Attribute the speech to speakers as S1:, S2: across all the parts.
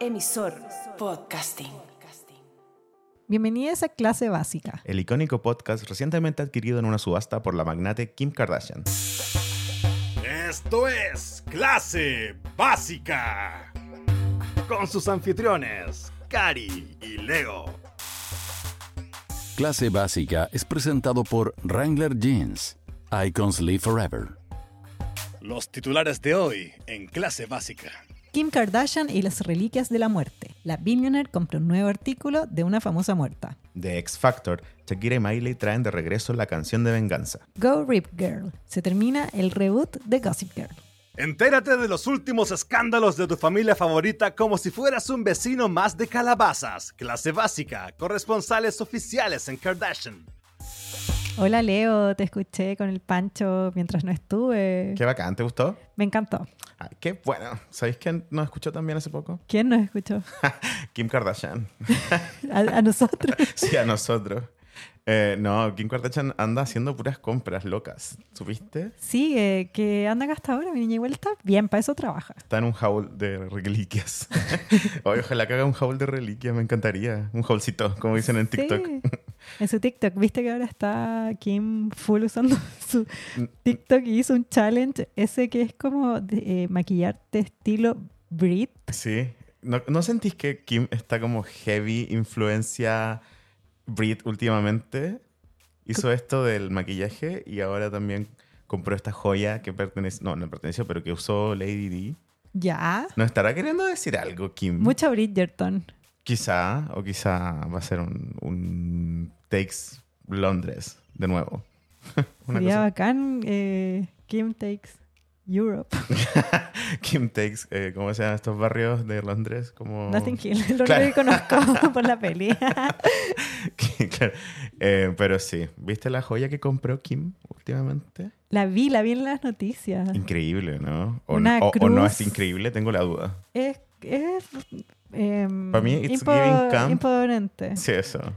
S1: Emisor Podcasting.
S2: Bienvenidos a Clase Básica.
S3: El icónico podcast recientemente adquirido en una subasta por la magnate Kim Kardashian.
S4: Esto es Clase Básica. Con sus anfitriones, Cari y Leo.
S5: Clase Básica es presentado por Wrangler Jeans. Icons Live Forever.
S4: Los titulares de hoy en Clase Básica.
S2: Kim Kardashian y las reliquias de la muerte. La billionaire compra un nuevo artículo de una famosa muerta.
S3: De X Factor, Shakira y Miley traen de regreso la canción de venganza.
S2: Go Rip Girl. Se termina el reboot de Gossip Girl.
S4: Entérate de los últimos escándalos de tu familia favorita como si fueras un vecino más de calabazas. Clase Básica. Corresponsales oficiales en Kardashian.
S2: Hola Leo, te escuché con el Pancho mientras no estuve.
S3: Qué bacán, ¿te gustó?
S2: Me encantó.
S3: Ah, qué bueno. ¿Sabéis quién nos escuchó también hace poco?
S2: ¿Quién nos escuchó?
S3: Kim Kardashian.
S2: A, a nosotros.
S3: Sí, a nosotros. Eh, no, Kim Kardashian anda haciendo puras compras locas. ¿Supiste?
S2: Sí, eh, que anda gastadora, mi niña y vuelta. Bien, para eso trabaja.
S3: Está en un haul de reliquias. Oye, ojalá que haga un haul de reliquias, me encantaría. Un haulcito, como dicen en TikTok.
S2: Sí. En su TikTok, viste que ahora está Kim full usando su
S3: Mm,
S2: TikTok y hizo un challenge ese que es como de, eh, maquillarte estilo Brit.
S3: Sí. ¿No, ¿No sentís que Kim está como heavy influencia Brit últimamente? Hizo esto del maquillaje y ahora también compró esta joya que pertenece, no, no perteneció, pero que usó Lady D.
S2: Ya.
S3: ¿Nos estará queriendo decir algo, Kim?
S2: Mucha Bridgerton.
S3: Quizá, o quizá va a ser un, un Takes Londres de nuevo. Una
S2: Sería
S3: cosa-
S2: bacán eh, Kim Takes Europe.
S3: Kim Takes, eh, ¿cómo se llaman estos barrios de Londres? Como...
S2: Nothing Hill. Lo único
S3: Oh. Claro.
S2: que conozco por la peli.
S3: Claro. Eh, pero sí, ¿viste la joya que compró Kim últimamente?
S2: la vi, la vi en las noticias.
S3: Increíble, ¿no? O,
S2: Ah. Una
S3: o- o no
S2: cruz.
S3: es increíble, tengo la duda.
S2: Es. es em,
S3: Pa' mí, it's
S2: impo-
S3: giving camp.
S2: imponente.
S3: Sí, eso.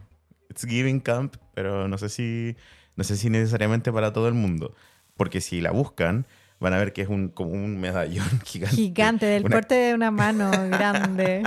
S3: It's giving camp, pero no sé si, no sé si necesariamente para todo el mundo. Porque si la buscan, van a ver que es un, como un medallón gigante.
S2: Gigante, del
S3: Una-
S2: porte de una mano grande.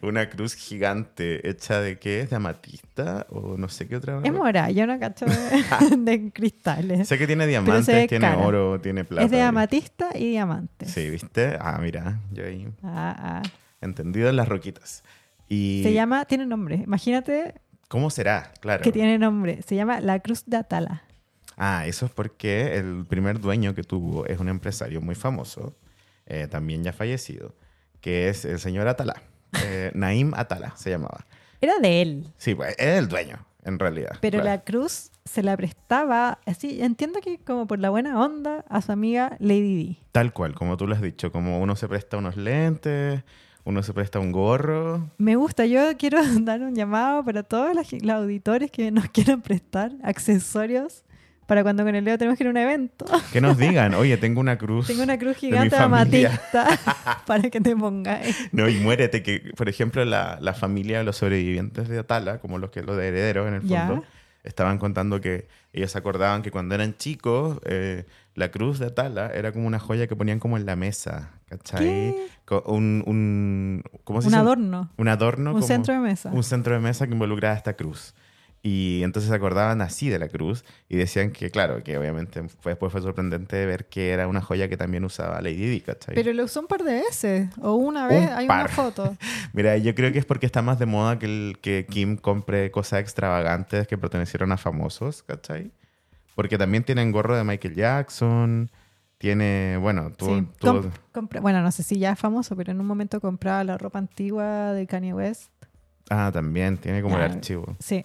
S3: Una cruz gigante hecha de qué es, de amatista o no sé qué otra.
S2: Es morada, yo no cacho
S3: Ah.
S2: de, de cristales.
S3: Sé que tiene
S2: ve
S3: diamantes, tiene
S2: cara.
S3: oro, tiene plata.
S2: Es de amatista y diamante.
S3: Sí, ¿viste? Ah, mira, yo ahí
S2: Ah, ah.
S3: entendido en las roquitas. Y
S2: Se llama, tiene nombre. Imagínate
S3: ¿Cómo será? Claro.
S2: que tiene nombre. Se llama La Cruz de Atala.
S3: Ah, eso es porque el primer dueño que tuvo es un empresario muy famoso, eh, también ya fallecido, que es el señor Atala. Eh, Naim Atala se llamaba.
S2: Era de él,
S3: Sí, pues es el dueño, en realidad.
S2: pero
S3: claro.
S2: la cruz se la prestaba, así, entiendo que como por la buena onda, a su amiga Lady D.
S3: Tal cual, como tú lo has dicho, como uno se presta unos lentes, uno se presta un gorro.
S2: Me gusta, yo quiero dar un llamado para todos los, los auditores que nos quieran prestar accesorios para cuando con el Leo tenemos que ir a un evento.
S3: Que nos digan, oye, tengo una cruz.
S2: Tengo una cruz
S3: de mi
S2: gigante de
S3: familia".
S2: amatista para que te pongáis.
S3: No, y muérete, que por ejemplo la, la familia de los sobrevivientes de Atala, como los que los de herederos en el
S2: Ya.
S3: fondo, estaban contando que ellos se acordaban que cuando eran chicos, eh, la cruz de Atala era como una joya que ponían como en la mesa, ¿cachai?
S2: ¿Qué?
S3: Co- Un, un, ¿cómo se
S2: Un
S3: dice?
S2: adorno,
S3: Un adorno.
S2: un
S3: como-
S2: centro de mesa.
S3: Un centro de mesa que involucraba esta cruz. Y entonces se acordaban así de la cruz y decían que, claro, que obviamente fue, después fue sorprendente ver que era una joya que también usaba Lady Di, ¿cachai?
S2: Pero lo usó un par de veces, o una
S3: Un
S2: vez, hay una
S3: par.
S2: foto.
S3: Mira, yo creo que es porque está más de moda que, el- que Kim compre cosas extravagantes que pertenecieron a famosos, ¿cachai? Porque también tienen gorro de Michael Jackson, tiene, bueno, tú...
S2: Sí, comp- compra- bueno, no sé si ya es famoso, pero en un momento compraba la ropa antigua de Kanye West.
S3: ah, también, tiene como el
S2: Ya.
S3: archivo.
S2: Sí,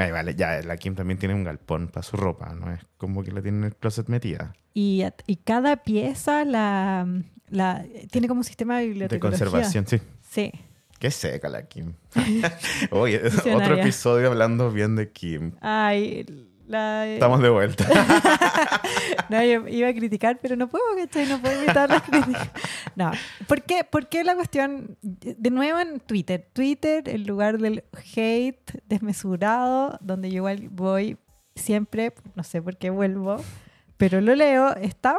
S3: Ay, vale, ya, la Kim también tiene un galpón para su ropa, no es como que la tiene en el closet metida.
S2: y, at- y cada pieza la, la- tiene como un sistema de
S3: De
S2: bibliotecología.
S3: conservación, sí.
S2: Sí,
S3: Qué seca la Kim. Oye, otro
S2: Visionaria. Eh,
S3: episodio hablando bien de Kim.
S2: ay, la,
S3: Estamos de vuelta.
S2: no, yo iba a criticar, pero no puedo, ¿cachai? No puedo evitar la crítica. No, ¿por qué, por qué la cuestión? De nuevo en Twitter. Twitter, el lugar del hate desmesurado, donde yo igual voy siempre, no sé por qué vuelvo, pero lo leo, estaba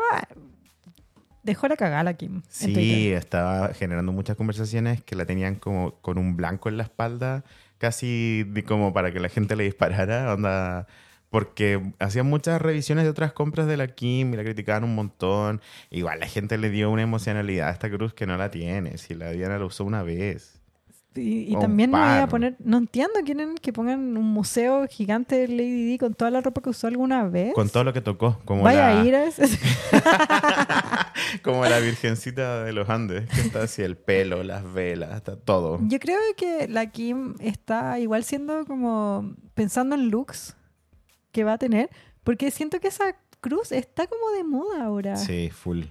S2: dejó la cagada la Kim. en
S3: Sí,
S2: Twitter.
S3: estaba generando muchas conversaciones que la tenían como con un blanco en la espalda, casi de- como para que la gente le disparara, onda, porque hacían muchas revisiones de otras compras de la Kim y la criticaban un montón. Igual la gente le dio una emocionalidad a esta cruz que no la tiene, si la Diana la usó una vez.
S2: Y, y
S3: un
S2: también me voy a
S3: Oh, par.
S2: poner. No entiendo, quieren que pongan un museo gigante de Lady Di con toda la ropa que usó alguna vez.
S3: Con todo lo que tocó, como,
S2: Vaya
S3: la,
S2: a ir a ese.
S3: como la virgencita de los Andes, que está así el pelo, las velas, está todo.
S2: Yo creo que la Kim está igual siendo como pensando en looks que va a tener, porque siento que esa cruz está como de moda ahora.
S3: Sí, full.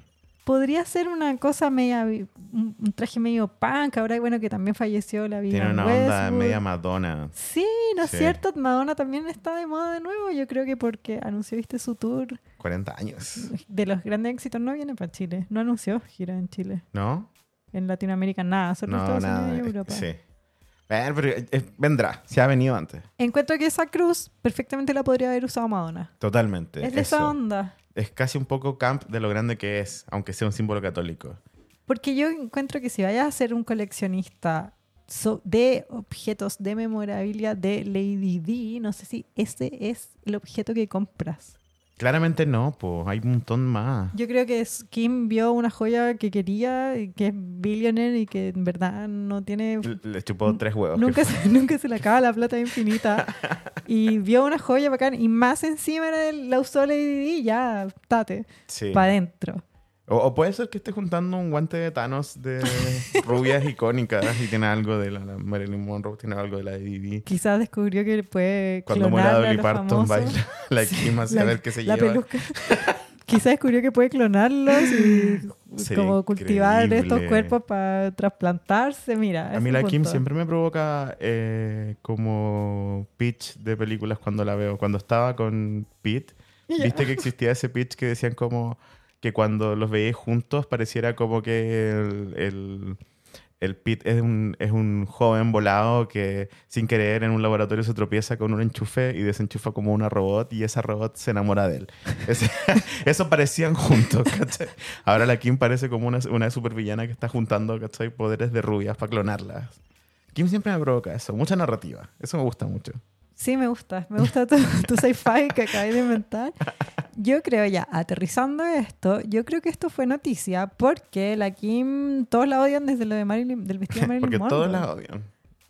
S2: Podría ser una cosa media, un, un traje medio punk, ahora bueno que también falleció la vida.
S3: Tiene una onda media Madonna.
S2: Sí, ¿no es
S3: Sí.
S2: cierto? Madonna también está de moda de nuevo, yo creo que porque anunció, viste, su tour
S3: 40 años,
S2: de los grandes éxitos, no viene para Chile, no anunció gira en Chile,
S3: ¿no?
S2: en Latinoamérica nada, solo Estados Unidos y Europa.
S3: Sí. Bueno, pero eh, eh, vendrá, se ha venido antes.
S2: Encuentro que esa cruz perfectamente la podría haber usado Madonna.
S3: Totalmente.
S2: Es de esa
S3: eso.
S2: onda.
S3: Es casi un poco camp de lo grande que es, aunque sea un símbolo católico.
S2: Porque yo encuentro que si vayas a ser un coleccionista so- de objetos de memorabilia de Lady D, no sé si ese es el objeto que compras.
S3: Claramente no, pues hay un montón más.
S2: Yo creo que es- Kim vio una joya que quería, y que es billionaire y que en verdad no tiene...
S3: Le- Le chupó tres huevos.
S2: Nunca
S3: que
S2: se, nunca se le acaba la plata infinita. y vio una joya bacán y más encima era el- la usó Lady D, ya, tate,
S3: Sí.
S2: para adentro.
S3: O, o puede ser que esté juntando un guante de Thanos de rubias icónicas y tiene algo de la, la Marilyn Monroe, tiene algo de la Didi.
S2: Quizás descubrió que puede
S3: Cuando
S2: clonar
S3: muera
S2: a
S3: Dolly
S2: los
S3: Parton
S2: famosos.
S3: baila la Kim hacia ver qué se
S2: la
S3: lleva.
S2: peluca. Quizás descubrió que puede clonarlos y
S3: Sería
S2: como cultivar estos
S3: increíble.
S2: cuerpos para trasplantarse. Mira,
S3: A mí
S2: ese
S3: la Kim
S2: punto.
S3: siempre me provoca eh, como pitch de películas cuando la veo. Cuando estaba con Pete,
S2: Ya.
S3: viste que existía ese pitch que decían como que cuando los veíais juntos pareciera como que el, el, el Pete es un, es un joven volado que sin querer en un laboratorio se tropieza con un enchufe y desenchufa como una robot y esa robot se enamora de él. Ese- eso parecían juntos, ¿cachai? Ahora la Kim parece como una, una supervillana que está juntando, ¿cachai? Poderes de rubias para clonarlas. Kim siempre me provoca eso, mucha narrativa. Eso me gusta mucho.
S2: Sí, me gusta. Me gusta tu, tu sci-fi que acabas de inventar. Yo creo ya, aterrizando esto, yo creo que esto fue noticia porque la Kim, todos la odian desde lo de Marilyn, del vestido de Marilyn
S3: Porque
S2: Monroe.
S3: todos la odian.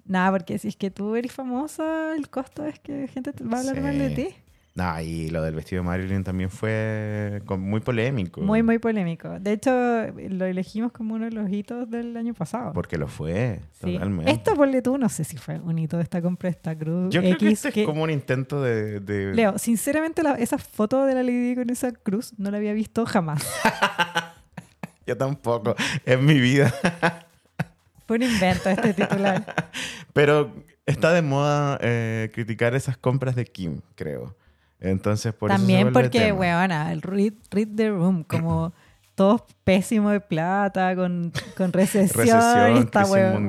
S2: Nada, porque si es que tú eres famosa, el costo es que gente te va a hablar
S3: Sí.
S2: mal de ti.
S3: No, Ah, y lo del vestido de Marilyn también fue con- muy polémico.
S2: Muy, muy polémico. De hecho, lo elegimos como uno de los hitos del año pasado.
S3: Porque lo fue,
S2: Sí.
S3: totalmente.
S2: Esto, ponle tú, no sé si fue un hito de esta compra de esta cruz.
S3: Yo creo que
S2: X,
S3: este es como un intento de... de-
S2: Leo, sinceramente, la- esa foto de la Lady Di con esa cruz no la había visto jamás.
S3: Yo tampoco, en mi vida.
S2: Fue un invento este titular.
S3: Pero está de moda eh, criticar esas compras de Kim, creo. Entonces, por eso se
S2: También
S3: vuelve
S2: porque,
S3: tema.
S2: weona, el read, read the room, como todos pésimos de plata, con, con recesión,
S3: Recesión,
S2: y esta
S3: crisis
S2: we-
S3: mundial.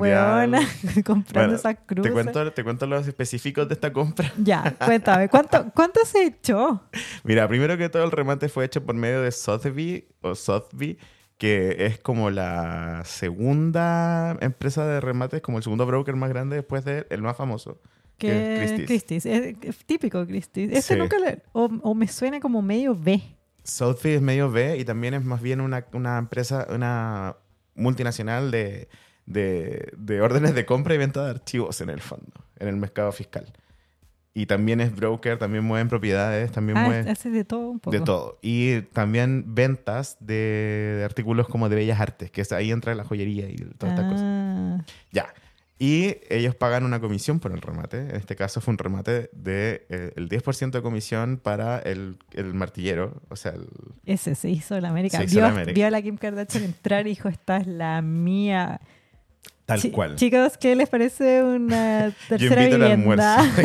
S2: weona comprando
S3: Bueno,
S2: esas
S3: Te
S2: cruces.
S3: cuento, te cuento los específicos de esta compra.
S2: Ya, cuéntame, ¿cuánto, cuánto se echó?
S3: Mira, primero que todo el remate fue hecho por medio de Sotheby o Sotheby, que es como la segunda empresa de remates, como el segundo broker más grande después del más famoso. que es
S2: Que
S3: Christie's.
S2: Christie's. Es, es típico Christie's. Este
S3: Sí.
S2: nunca le- o, o me suena como medio B.
S3: Sotheby es medio B y también es más bien una, una empresa, una multinacional de, de, de órdenes de compra y venta de archivos en el fondo, en el mercado fiscal. Y también es broker, también mueven propiedades, también
S2: Ah,
S3: mueven
S2: hace de todo un poco.
S3: de todo. Y también ventas de, de artículos como de bellas artes, que es- ahí entra la joyería y todas estas cosas.
S2: Ah,
S3: Ya. Y ellos pagan una comisión por el remate. En este caso fue un remate del de, eh, el 10% de comisión para el, el martillero, o sea, el,
S2: Ese se hizo en América.
S3: Se hizo
S2: vio,
S3: en América.
S2: vio a la Kim Kardashian entrar y dijo, esta es la mía.
S3: Tal
S2: Chi-
S3: cual.
S2: Chicos, ¿qué les parece una tercera
S3: invito al
S2: vivienda?
S3: Yo invito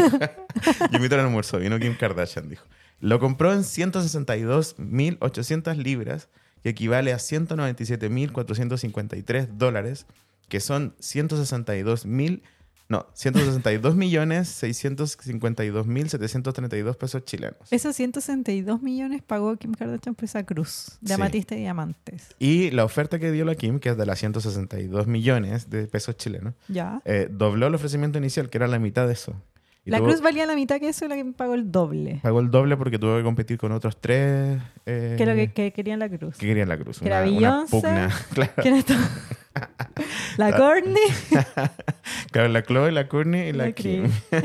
S3: al almuerzo, vino Kim Kardashian, dijo. Lo compró en 162.800 libras, que equivale a 197.453 dólares, que son 162.000 No, 162.652.732 pesos chilenos.
S2: Esos 162 millones pagó Kim Kardashian por esa cruz de
S3: Sí.
S2: amatista y diamantes.
S3: Y la oferta que dio la Kim, que es de las 162 millones de pesos chilenos,
S2: ¿Ya?
S3: eh, dobló el ofrecimiento inicial, que era la mitad de eso. Y
S2: la
S3: tuvo-
S2: cruz valía la mitad que eso y la que pagó el doble.
S3: pagó el doble porque tuvo que competir con otros tres eh,
S2: que es lo que, que querían la cruz.
S3: que querían la cruz.
S2: que era
S3: una, una
S2: Beyoncé.
S3: pugna. Claro,
S2: Que era esto?
S3: Ah,
S2: la Courtney.
S3: claro, la Chloe, la Courtney y la,
S2: La
S3: Kim.
S2: Kim.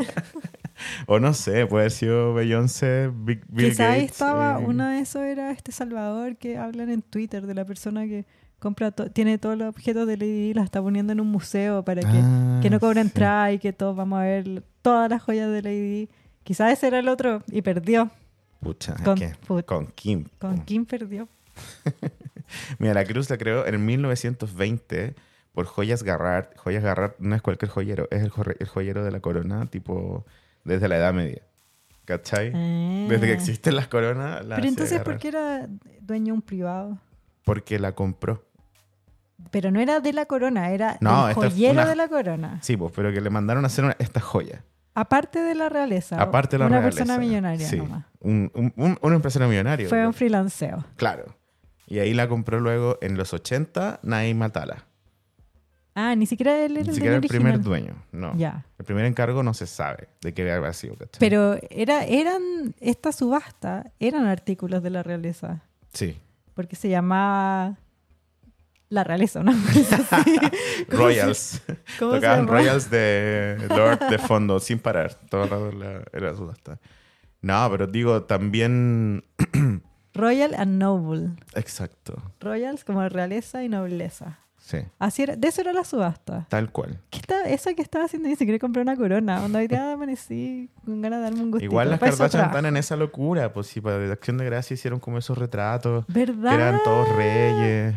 S3: o no sé, puede haber sido Beyoncé, Big, Bill
S2: Quizá ahí
S3: Gates,
S2: estaba,
S3: eh,
S2: una de esos era este Salvador que hablan en Twitter de la persona que compra to- tiene todos los objetos de Lady Di y la está poniendo en un museo para que,
S3: Ah,
S2: que no cobre
S3: sí.
S2: entrada y que todos vamos a ver todas las joyas de Lady Di. Quizás ese era el otro y perdió.
S3: Pucha, es
S2: Con-
S3: que-
S2: put-
S3: con Kim.
S2: Con Kim perdió.
S3: Mira, la cruz la creó en 1920 por Joyas Garrard. Joyas Garrard no es cualquier joyero, es el, jorre- el joyero de la corona, tipo desde la Edad Media. ¿Cachai? Eh. Desde que
S2: Ah.
S3: existen las coronas. la
S2: Pero
S3: hace
S2: entonces, ¿por
S3: Garrard.
S2: qué era dueño un privado?
S3: Porque la compró.
S2: Pero no era de la corona, era
S3: No,
S2: el
S3: esta es
S2: joyero
S3: una-
S2: de la corona.
S3: Sí, pues, pero que le mandaron a hacer una- esta joya.
S2: Aparte de la realeza.
S3: Aparte de la
S2: Una
S3: realeza.
S2: persona millonaria
S3: Sí.
S2: nomás.
S3: Un, un- un- un empresario millonario.
S2: Fue un
S3: bro.
S2: freelanceo.
S3: Claro. Y ahí la compró luego en los 80 Naim Atala.
S2: Ah, ni siquiera él era
S3: Ni
S2: el
S3: siquiera el
S2: dueño
S3: primer
S2: original.
S3: duejo. No.
S2: Ya.
S3: El primer encargo no se sabe de qué había sido. ¿cachai?
S2: Pero era, eran, esta subasta eran artículos de la realeza,
S3: Sí.
S2: porque se llamaba la realeza, ¿no? Sí. ¿Cómo
S3: Royals.
S2: se- cómo se
S3: Tocaban
S2: llamaba?
S3: Royals de Lord de fondo, sin parar. Todo el rato la- era subasta. No, pero digo, también.
S2: Royal and Noble.
S3: Exacto.
S2: Royals como realeza y nobleza.
S3: Sí,
S2: Así era, de eso era la subasta.
S3: tal cual.
S2: ¿Qué está- eso que estaba haciendo ni siquiera compré una corona. Cuando hoy día amanecí con ganas de darme un gustito.
S3: Igual las
S2: Pa' eso
S3: Kardashian
S2: trabajo.
S3: están en esa locura. Pues sí, para la acción de gracia hicieron como esos retratos
S2: ¿Verdad?
S3: que eran todos reyes.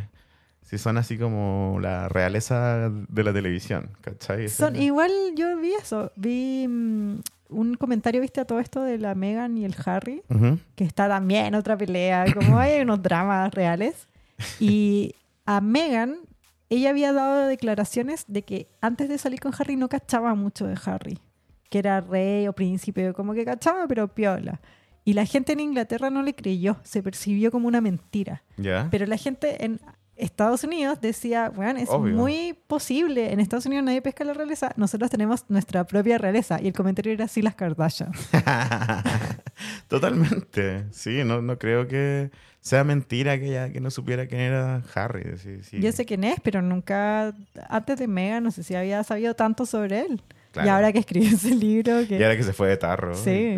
S3: Sí, son así como la realeza de la televisión, ¿cachai? Ese-
S2: Son, igual yo vi eso. Vi mm, un comentario, viste, a todo esto de la Megan y el Harry.
S3: Ujú.
S2: que está también otra pelea, como hay unos dramas reales. Y a Megan, ella había dado declaraciones de que antes de salir con Harry no cachaba mucho de Harry, que era rey o príncipe, o como que cachaba, pero piola. Y la gente en Inglaterra no le creyó, se percibió como una mentira.
S3: ¿Ya?
S2: Pero la gente en Estados Unidos decía, bueno, es
S3: Obvio.
S2: muy posible, en Estados Unidos nadie pesca la realeza, nosotros tenemos nuestra propia realeza. Y el comentario era así las Kardashian.
S3: Totalmente. Sí, no, no creo que sea mentira que ella que no supiera quién era Harry. Sí, sí.
S2: Yo sé quién es, pero nunca, antes de Mega, no sé si había sabido tanto sobre él.
S3: Claro.
S2: Y ahora que escribió ese libro, que...
S3: Y ahora que se fue de tarro.
S2: sí,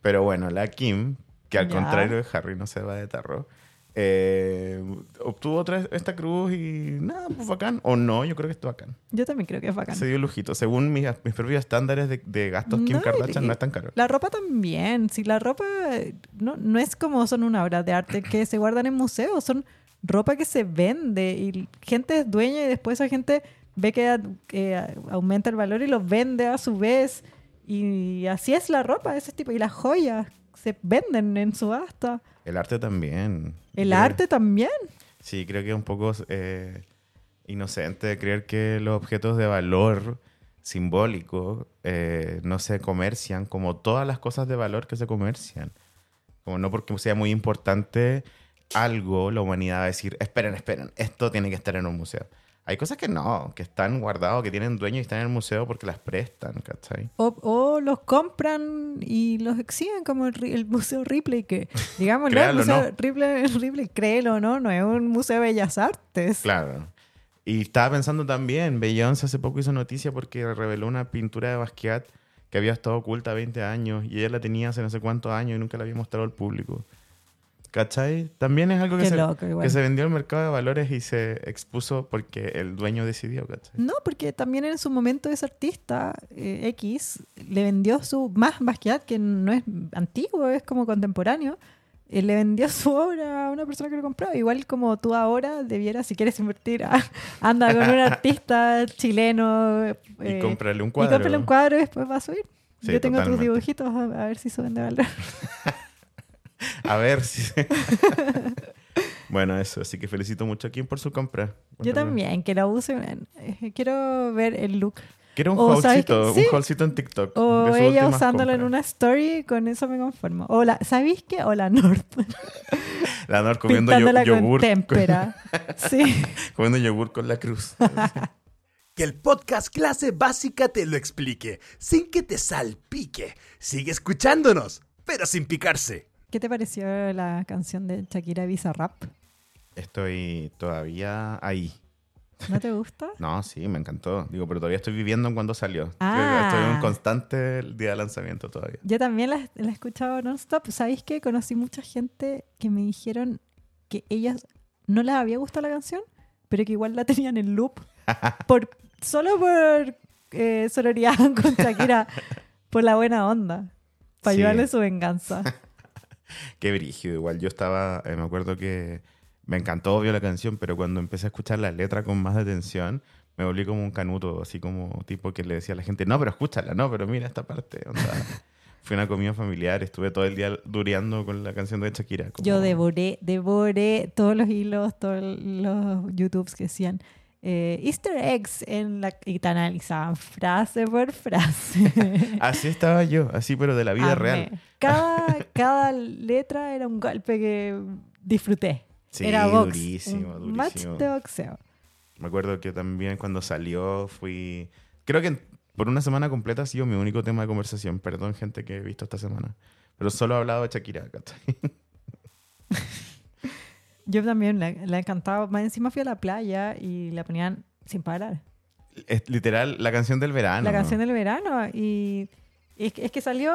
S3: Pero bueno, la Kim, que al
S2: Ya.
S3: contrario de Harry no se va de tarro, eh, obtuvo otra, esta cruz y nada, pues bacán. O no, yo creo que es bacán.
S2: yo también creo que es bacán.
S3: Se dio lujito. Según mis, mis propios estándares de, de gastos, Kim
S2: No, y-
S3: Kardashian no es tan caro.
S2: La ropa también, si la ropa eh, no, no es como son una obra de arte que se guardan en museos, son ropa que se vende y gente es dueña y después esa gente ve que eh, aumenta el valor y los vende a su vez. Y así es la ropa, ese tipo. Y las joyas se venden en subasta.
S3: El arte también.
S2: El
S3: Yo-
S2: arte también.
S3: Sí, creo que es un poco eh, inocente de creer que los objetos de valor simbólico eh, no se comercian como todas las cosas de valor que se comercian. Como no porque sea muy importante algo, la humanidad va a decir, esperen, esperen, esto tiene que estar en un museo. Hay cosas que no, que están guardados, que tienen dueño y están en el museo porque las prestan, ¿cachai?
S2: O, o los compran y los exhiben como el, Ri- el Museo Ripley, que digamos, no, el
S3: Créalo,
S2: Museo
S3: ¿no?
S2: Ripley, Ripley, créelo, ¿no? No es un Museo de Bellas Artes.
S3: Claro. Y estaba pensando también, Beyoncé hace poco hizo noticia porque reveló una pintura de Basquiat que había estado oculta 20 años y ella la tenía hace no sé cuántos años y nunca la había mostrado al público. ¿Cachai? También es algo que,
S2: Qué
S3: se,
S2: loco, igual.
S3: que se vendió al mercado de valores y se expuso porque el dueño decidió, ¿cachai?
S2: No, porque también en su momento ese artista eh, X le vendió su más Basquiat, que no es antiguo, es como contemporáneo. eh, le vendió su obra a una persona que lo compró. Igual como tú ahora debieras, si quieres invertir, a- anda con un artista chileno.
S3: y
S2: eh,
S3: cómprale un
S2: Y
S3: cuadro.
S2: cómprale un cuadro y después va a subir.
S3: Sí,
S2: Yo tengo
S3: totalmente.
S2: tus dibujitos, a, a ver si suben de valor.
S3: A ver si... Bueno, eso. Así que felicito mucho a Kim por su compra.
S2: Yo
S3: Bueno,
S2: también, que la usen. Eh, Quiero ver el look.
S3: Quiero un
S2: O, ¿sabes
S3: haulcito,
S2: qué?
S3: un
S2: Sí.
S3: haulcito en TikTok.
S2: O
S3: de sus
S2: ella
S3: últimas
S2: usándolo en
S3: compras.
S2: una story, con eso me conformo. O la, ¿Sabéis qué? O la North.
S3: La Nor comiendo yo-
S2: Pintándola con
S3: yogur.
S2: témpera. Sí.
S3: Comiendo yogur con la cruz.
S4: Que el podcast Clase Básica te lo explique, sin que te salpique. Sigue escuchándonos, pero sin picarse.
S2: ¿Qué te pareció la canción de Shakira Bizarrap?
S3: Estoy todavía ahí.
S2: ¿No te gusta?
S3: No, sí, me encantó. Digo, pero todavía estoy viviendo en cuando salió.
S2: Ah.
S3: Estoy en un constante día de lanzamiento todavía.
S2: Yo también la, la he escuchado non-stop. ¿Sabéis que conocí mucha gente que me dijeron que ellas no les había gustado la canción, pero que igual la tenían en loop? por, solo por eh, sororidad con Shakira, por la buena onda, para
S3: Sí.
S2: ayudarle su venganza.
S3: Qué brígido. Igual yo estaba, eh, me acuerdo que me encantó, obvio, la canción, pero cuando empecé a escuchar la letra con más detención, me volví como un canuto, así como tipo que le decía a la gente, no, pero escúchala, no, pero mira esta parte. O sea, fui a una comida familiar, estuve todo el día dureando con la canción de Shakira. como-
S2: Yo devoré, devoré todos los hilos, todos los YouTubes que decían eh, Easter eggs en la, y te analizaban frase por frase.
S3: Así estaba yo, así, pero de la vida
S2: Amé.
S3: real.
S2: Cada, cada letra era un golpe que disfruté.
S3: Sí,
S2: era box,
S3: durísimo,
S2: un
S3: durísimo.
S2: Match de boxeo.
S3: Me acuerdo que también cuando salió fui... Creo que por una semana completa ha sido mi único tema de conversación. Perdón, gente que he visto esta semana. Pero solo he hablado de Shakira, ¿cachai?
S2: Yo también la, la encantaba. Más encima fui a la playa y la ponían sin parar.
S3: Es literal la canción del verano.
S2: la
S3: Ah, ¿no?
S2: canción del verano. Y es, que- es que salió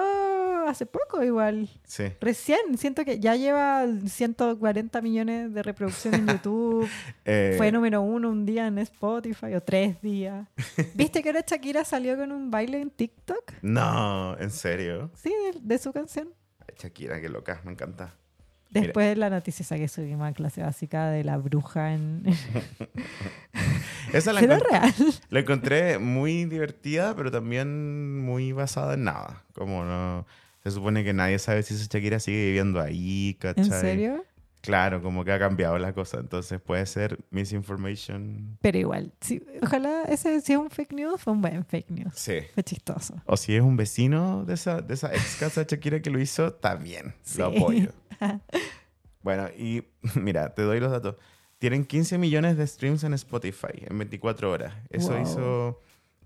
S2: hace poco igual.
S3: Sí.
S2: Recién, siento que ya lleva 140 millones de reproducciones en YouTube.
S3: Eh,
S2: Fue número uno un día en Spotify o tres días. ¿Viste que ahora Shakira salió con un baile en TikTok?
S3: No, en serio.
S2: Sí, de, de su canción.
S3: Ay, Shakira, qué loca, me encanta.
S2: Después la noticia esa que subimos a clase básica de la bruja en...
S3: Esa la,
S2: ¿Será
S3: encont-
S2: real?
S3: la encontré muy divertida, pero también muy basada en nada. Como no... Se supone que nadie sabe si esa Shakira sigue viviendo ahí, ¿cachai?
S2: ¿En serio?
S3: Claro, como que ha cambiado la cosa. Entonces puede ser misinformation.
S2: Pero igual, sí, ojalá ese si es un fake news, fue un buen fake news.
S3: Sí.
S2: Fue chistoso.
S3: O si es un vecino de esa, de esa ex casa de Shakira que lo hizo, también lo
S2: Sí.
S3: apoyo. Bueno, y mira, te doy los datos. Tienen 15 millones de streams en Spotify en 24 horas. Eso
S2: Wow.
S3: hizo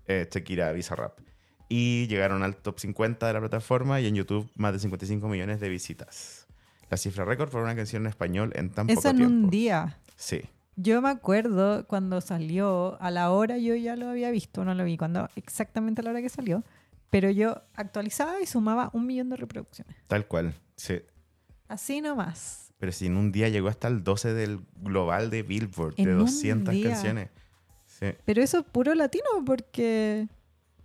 S3: eh, Shakira Bizarrap. Y llegaron al top 50 de la plataforma y en YouTube más de 55 millones de visitas. La cifra récord por una canción en español en tan
S2: Eso
S3: poco
S2: en
S3: tiempo.
S2: un día.
S3: Sí.
S2: Yo me acuerdo cuando salió, a la hora yo ya lo había visto, no lo vi cuando exactamente a la hora que salió, pero yo actualizaba y sumaba un millón de reproducciones.
S3: Tal cual. Sí.
S2: Así nomás.
S3: Pero si en un día llegó hasta el 12 del global de Billboard, de
S2: En un
S3: 200
S2: día.
S3: canciones. Sí.
S2: Pero eso es puro latino porque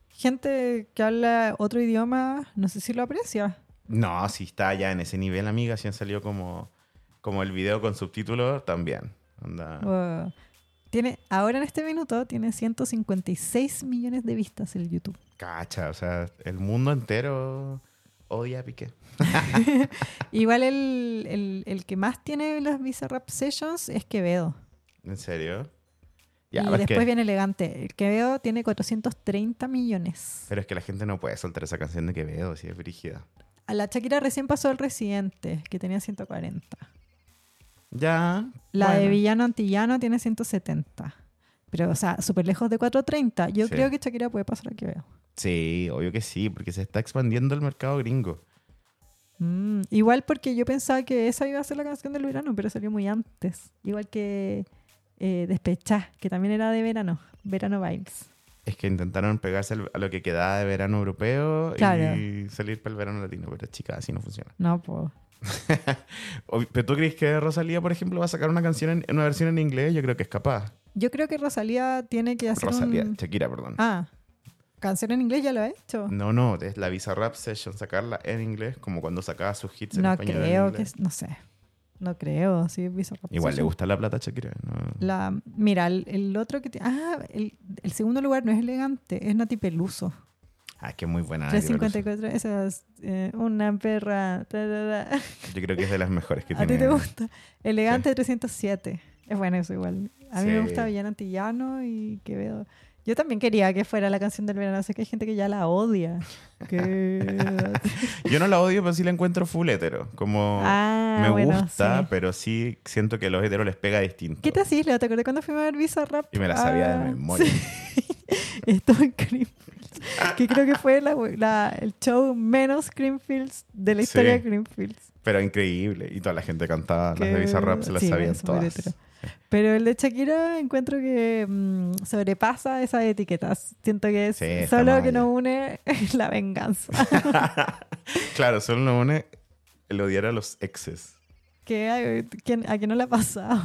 S2: gente que habla otro idioma, no sé si lo aprecia.
S3: No, si está ya en ese nivel, amiga, si han salido como, como el video con subtítulos, también. Onda.
S2: Wow. Tiene, ahora en este minuto tiene 156 millones de vistas el YouTube.
S3: Cacha, o sea, el mundo entero odia a Piqué.
S2: Igual el, el- el que más tiene las Visa Rap Sessions es Quevedo.
S3: ¿En serio? Ya,
S2: y
S3: pero, es
S2: después
S3: que,
S2: viene Elegante. El Quevedo tiene 430 millones.
S3: pero es que la gente no puede soltar esa canción de Quevedo, si es brígida.
S2: A la Shakira recién pasó el Residente, que tenía 140.
S3: Ya.
S2: La de
S3: bueno.
S2: Villano Antillano tiene 170. Pero, o sea, súper lejos de 430. Yo
S3: Sí.
S2: creo que Shakira puede pasar a Quevedo.
S3: Sí, obvio que sí, porque se está expandiendo el mercado gringo.
S2: Mm, igual porque yo pensaba que esa iba a ser la canción del verano, pero salió muy antes. Igual que eh, Despechá, que también era de verano. Verano Vibes.
S3: Es que intentaron pegarse al- a lo que quedaba de verano europeo
S2: Claro.
S3: y salir para el verano latino, pero chica, así no funciona.
S2: No, po.
S3: Ob- ¿Pero tú crees que Rosalía, por ejemplo, va a sacar una canción en, una versión en inglés? Yo creo que es capaz.
S2: Yo creo que Rosalía tiene que hacer
S3: Rosalía,
S2: un...
S3: Shakira, perdón.
S2: Ah, canción en inglés ya lo ha hecho.
S3: No, no, es la Visa Rap Session, sacarla en inglés, como cuando sacaba sus hits en
S2: No
S3: español. en
S2: creo que...
S3: inglés.
S2: No sé. No creo, sí, Bizarrap
S3: Igual le
S2: Session.
S3: gusta la plata a Shakira. ¿no?
S2: La, mira, el, el otro que... ti- Ah, el, el segundo lugar no es elegante, es Nati Peluso.
S3: Ah, que muy buena. Ari Peluso.
S2: 354, esa es eh, una perra. tra, tra, tra.
S3: Yo creo que es de las mejores que
S2: ¿A
S3: tiene.
S2: ti te gusta? Elegante 307. Es bueno eso igual. A mí me
S3: Sí.
S2: gusta Villano Antillano y Quevedo. Yo también quería que fuera la canción del verano. Sé que hay gente que ya la odia. Quevedo.
S3: Yo no la odio, pero sí la encuentro full hetero. Como
S2: Ah,
S3: me
S2: bueno,
S3: gusta,
S2: sí.
S3: pero sí siento que a los heteros les pega distinto.
S2: ¿Qué te hacías, Leo? ¿Te acordás cuando fuimos a ver Bizarrap?
S3: Y me la sabía
S2: Ah,
S3: de memoria.
S2: sí. Esto en Creamfields. Que creo que fue la- la- el show menos Creamfields de la historia
S3: Sí.
S2: de Creamfields.
S3: Pero increíble. Y toda la gente cantaba las
S2: Que-
S3: de Bizarrap, se las
S2: sí,
S3: sabían
S2: es súper
S3: todas.
S2: hetero. Pero el de Shakira encuentro que mm, sobrepasa esas etiquetas. Siento que es
S3: Sí, está
S2: solo
S3: más
S2: que
S3: allá.
S2: nos une es la venganza.
S3: Claro, solo nos une el odiar a los exes.
S2: que ay, ¿quién- ¿A quién no le ha pasado?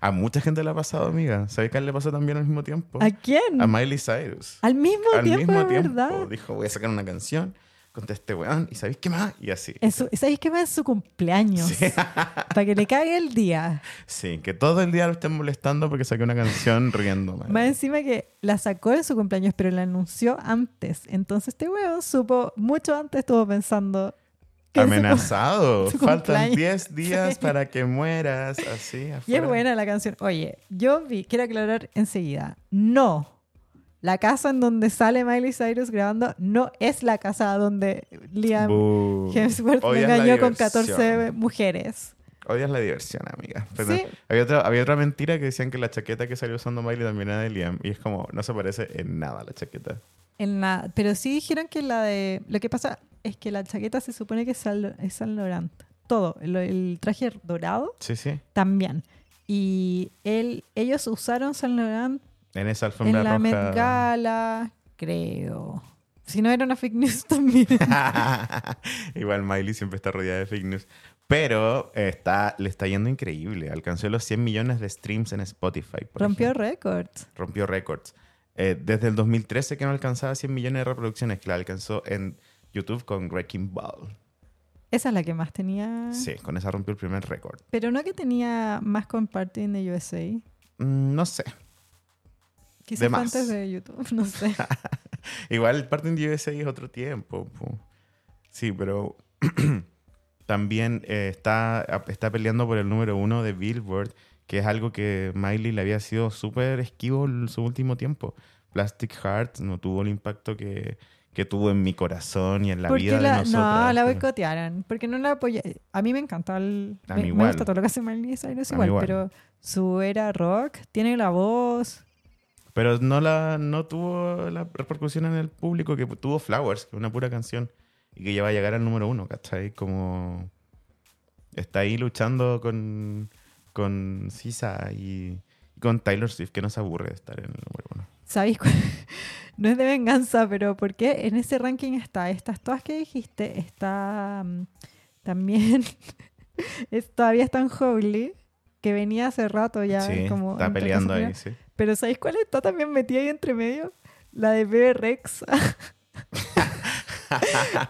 S3: A mucha gente le ha pasado, amiga. ¿Sabes qué le pasó también al mismo tiempo?
S2: ¿A quién?
S3: A Miley Cyrus.
S2: al mismo
S3: al
S2: tiempo,
S3: mismo
S2: de
S3: tiempo
S2: verdad.
S3: dijo, voy a sacar una canción, contesté, weón, ¿y sabéis qué más? Y así.
S2: En su- ¿Sabéis qué más? En su cumpleaños.
S3: Sí.
S2: Para que le caiga el día.
S3: Sí, que todo el día lo estén molestando porque saqué una canción riendo.
S2: Más encima que la sacó en su cumpleaños, pero la anunció antes. Entonces este huevo supo, mucho antes estuvo pensando... que se-
S3: Amenazado.
S2: su
S3: Faltan
S2: cumpleaños.
S3: 10 días
S2: Sí.
S3: para que mueras. Así.
S2: Y es
S3: afuera.
S2: buena la canción. Oye, yo vi, quiero aclarar enseguida, no. La casa en donde sale Miley Cyrus grabando no es la casa donde Liam
S3: Bu.
S2: Hemsworth me
S3: Odias la
S2: engañó con
S3: diversión.
S2: 14 mujeres.
S3: Odias la diversión, amiga. Pero
S2: Sí.
S3: había, otra, había otra mentira que decían que la chaqueta que salió usando Miley también era de Liam. Y es como, no se parece en nada la chaqueta.
S2: En la- pero sí dijeron que la de... Lo que pasa es que la chaqueta se supone que es San, es Saint Laurent. Todo. Lo- el traje dorado
S3: Sí, sí.
S2: también. Y él, ellos usaron San Laurent
S3: En esa alfombra
S2: en la
S3: roja.
S2: Met Gala, creo. Si no era una fake news también.
S3: Igual Miley siempre está rodeada de fake news. Pero eh, está, le está yendo increíble. Alcanzó los 100 millones de streams en Spotify. por
S2: Rompió
S3: ejemplo.
S2: récords.
S3: Rompió récords. Eh, desde el 2013 que no alcanzaba 100 millones de reproducciones, que la alcanzó en YouTube con Wrecking Ball.
S2: Esa es la que más tenía.
S3: Sí, con esa rompió el primer récord.
S2: Pero no que tenía más comparting de USA.
S3: Mm, no sé.
S2: Quizás
S3: De
S2: fue
S3: más.
S2: antes de YouTube, no sé.
S3: Igual Parting USA es otro tiempo. po. Sí, pero también eh, está, está peleando por el número uno de Billboard, que es algo que Miley le había sido súper esquivo en su último tiempo. Plastic Heart no tuvo el impacto que, que tuvo en mi corazón y en la
S2: Porque
S3: vida de
S2: la-
S3: nosotras.
S2: no, la boicotearon. Porque no la apoyé. A mí me encantó el.
S3: A
S2: me,
S3: mí
S2: me
S3: igual.
S2: gusta todo lo que hace Miley Cyrus
S3: A mí
S2: igual,
S3: igual.
S2: pero su era rock, tiene la voz.
S3: Pero no, la, no tuvo la repercusión en el público que tuvo Flowers, que es una pura canción, y que ya va a llegar al número uno, ¿cachai? Como está ahí luchando con, con Sisa y, y con Taylor Swift, que no se aburre de estar en el número uno.
S2: ¿Sabéis cuál? No es de venganza, pero ¿por qué en ese ranking está estas todas que dijiste? Está mm, también. es, todavía está en Holy, que venía hace rato ya.
S3: sí,
S2: como
S3: está
S2: entre cosas
S3: peleando ahí,
S2: primeras.
S3: sí.
S2: Pero ¿sabéis cuál está también metida ahí entre medio? La de Bebe Rex.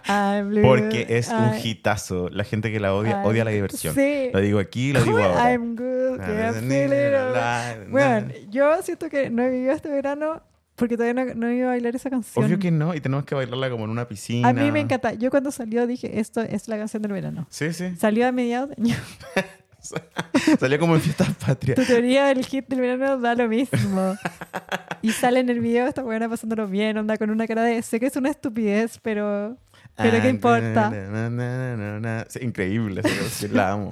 S2: I'm blue,
S3: Porque es un
S2: I-
S3: hitazo. La gente que la odia,
S2: I'm-
S3: odia la diversión.
S2: Eh, Sí.
S3: Lo digo aquí, lo digo ahora. Ah, pues,
S2: I'm good, yeah, I'm feeling alright.
S3: Alive.
S2: Bueno, yo siento que no he vivido este verano porque todavía no, no he ido a bailar esa canción.
S3: Obvio que no, y tenemos que bailarla como en una piscina.
S2: A mí me encanta. Yo cuando salió dije, esto es la canción del verano.
S3: Sí, sí.
S2: Salió a mediados de año.
S3: Salió como en fiestas patrias.
S2: Tu teoría del hit del verano da lo mismo. Y sale en el video esta buena pasándolo bien, onda con una cara de, sé que es una estupidez, pero, pero qué
S3: Ah,
S2: importa.
S3: na, na, na, na, na. Sí, increíble, esa canción, la amo.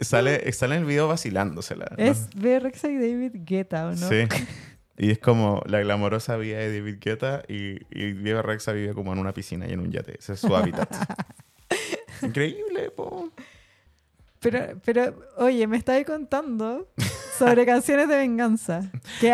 S3: sale, sale en el video vacilándosela. Ah, ¿no?
S2: Es BRX y David Guetta, ¿o ¿no?
S3: Sí. Y es como la glamorosa vida de David Guetta y, y Diego Rexa vive como en una piscina y en un yate. Ese es su hábitat. increíble, po.
S2: Pero, pero, oye, me estáis contando sobre canciones de venganza. Que I,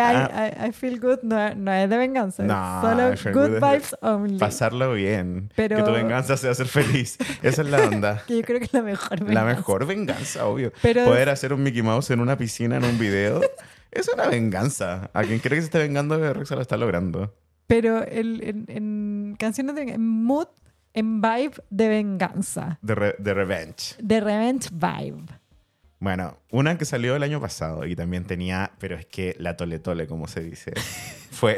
S2: I- I Feel Good no, no es de venganza, es
S3: Ah. No, I
S2: solo
S3: Feel
S2: Good
S3: Good es de-
S2: Vibes Only.
S3: Pasarlo bien.
S2: Pero-
S3: Que tu venganza sea ser feliz. Esa es la onda.
S2: Que yo creo que es la mejor
S3: La
S2: venganza.
S3: mejor venganza, obvio.
S2: Pero-
S3: Poder hacer un Mickey Mouse en una piscina, en un video, es una venganza. A quien cree que se esté vengando, Rexa lo está logrando.
S2: Pero el- en, en canciones de en mood, en vibe de venganza.
S3: De, re- de Revenge.
S2: De revenge vibe.
S3: Bueno, una que salió el año pasado y también tenía, pero es que la tole tole, como se dice, fue,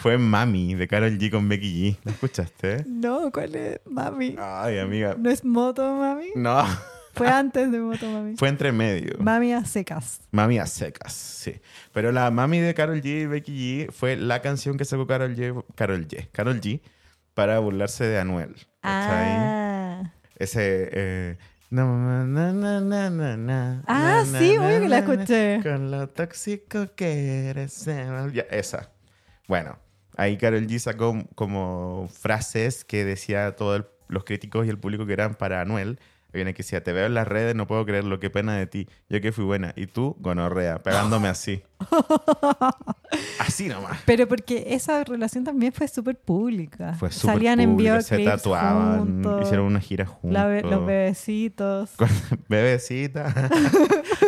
S3: Fue Mami de Carol G con Becky G. ¿La escuchaste?
S2: No, ¿cuál es? Mami.
S3: Ay, amiga.
S2: ¿No es Moto Mami?
S3: No.
S2: Fue
S3: Ah.
S2: antes de Moto Mami.
S3: Fue entre medio.
S2: Mami a secas.
S3: Mami a secas, sí. Pero la Mami de Carol G y Becky G fue la canción que sacó Carol G, Carol G, Karol G para burlarse de Anuel. ¿cachai?
S2: Ah.
S3: Ese. eh, na, na, na, na, na, na, na,
S2: Ah,
S3: na,
S2: sí,
S3: na,
S2: obvio que la
S3: na, na,
S2: escuché.
S3: Con lo tóxico que eres. eh, ya, esa. Bueno, ahí Carol G sacó como frases que decía todos el- los críticos y el público que eran para Anuel. Había una que decía, te veo en las redes, no puedo creerlo, qué pena de ti. Yo que fui buena. Y tú, gonorrea, pegándome así. así nomás.
S2: Pero porque esa relación también fue súper pública.
S3: Fue súper
S2: Salían en
S3: público, se
S2: videoclips
S3: tatuaban,
S2: juntos,
S3: hicieron una gira juntos.
S2: la be- los bebecitos.
S3: Con- Bebecita.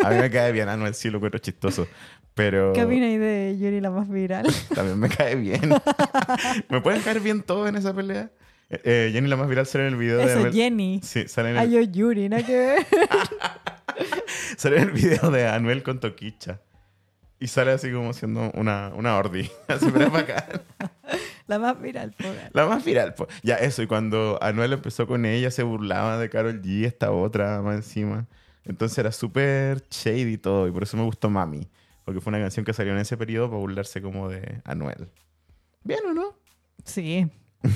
S3: A mí me cae bien Anuel, sí, lo encuentro chistoso. Pero
S2: ¿Qué opináis de Yuri la más viral?
S3: también me cae bien. ¿Me pueden caer bien todos en esa pelea? Eh, eh, Jenny, la más viral, sale en el video de
S2: Eso,
S3: Anuel.
S2: Jenny.
S3: Sí, sale en,
S2: Ay,
S3: el,
S2: yo Yuri, ¿no? Que
S3: sale en el video de Anuel con Toquicha. Y sale así como siendo una, una ordi. Así, pero es bacán.
S2: la más viral. pobre.
S3: La más viral. po. Ya, eso. Y cuando Anuel empezó con ella, se burlaba de Carol G, esta otra más encima. Entonces era súper shady y todo. Y por eso me gustó Mami. Porque fue una canción que salió en ese periodo para burlarse como de Anuel. ¿Bien o no?
S2: Sí,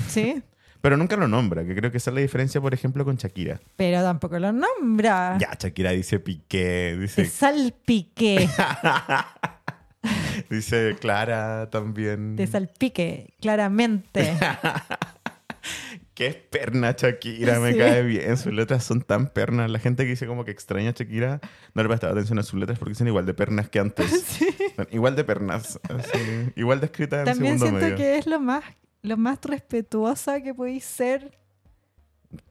S2: sí.
S3: Pero nunca lo nombra, que creo que esa es la diferencia, por ejemplo, con Shakira.
S2: Pero tampoco lo nombra.
S3: Ya, Shakira dice Piqué,
S2: Te
S3: dice,
S2: salpique.
S3: dice Clara también.
S2: te salpique, claramente.
S3: Que es perna Shakira, me
S2: Sí.
S3: cae bien. Sus letras son tan pernas. La gente que dice como que extraña a Shakira no le prestaba atención a sus letras porque son igual de pernas que antes. Son igual de pernas. así, igual de escrita en
S2: También
S3: segundo
S2: siento
S3: medio.
S2: que es lo más, lo más respetuosa que podéis ser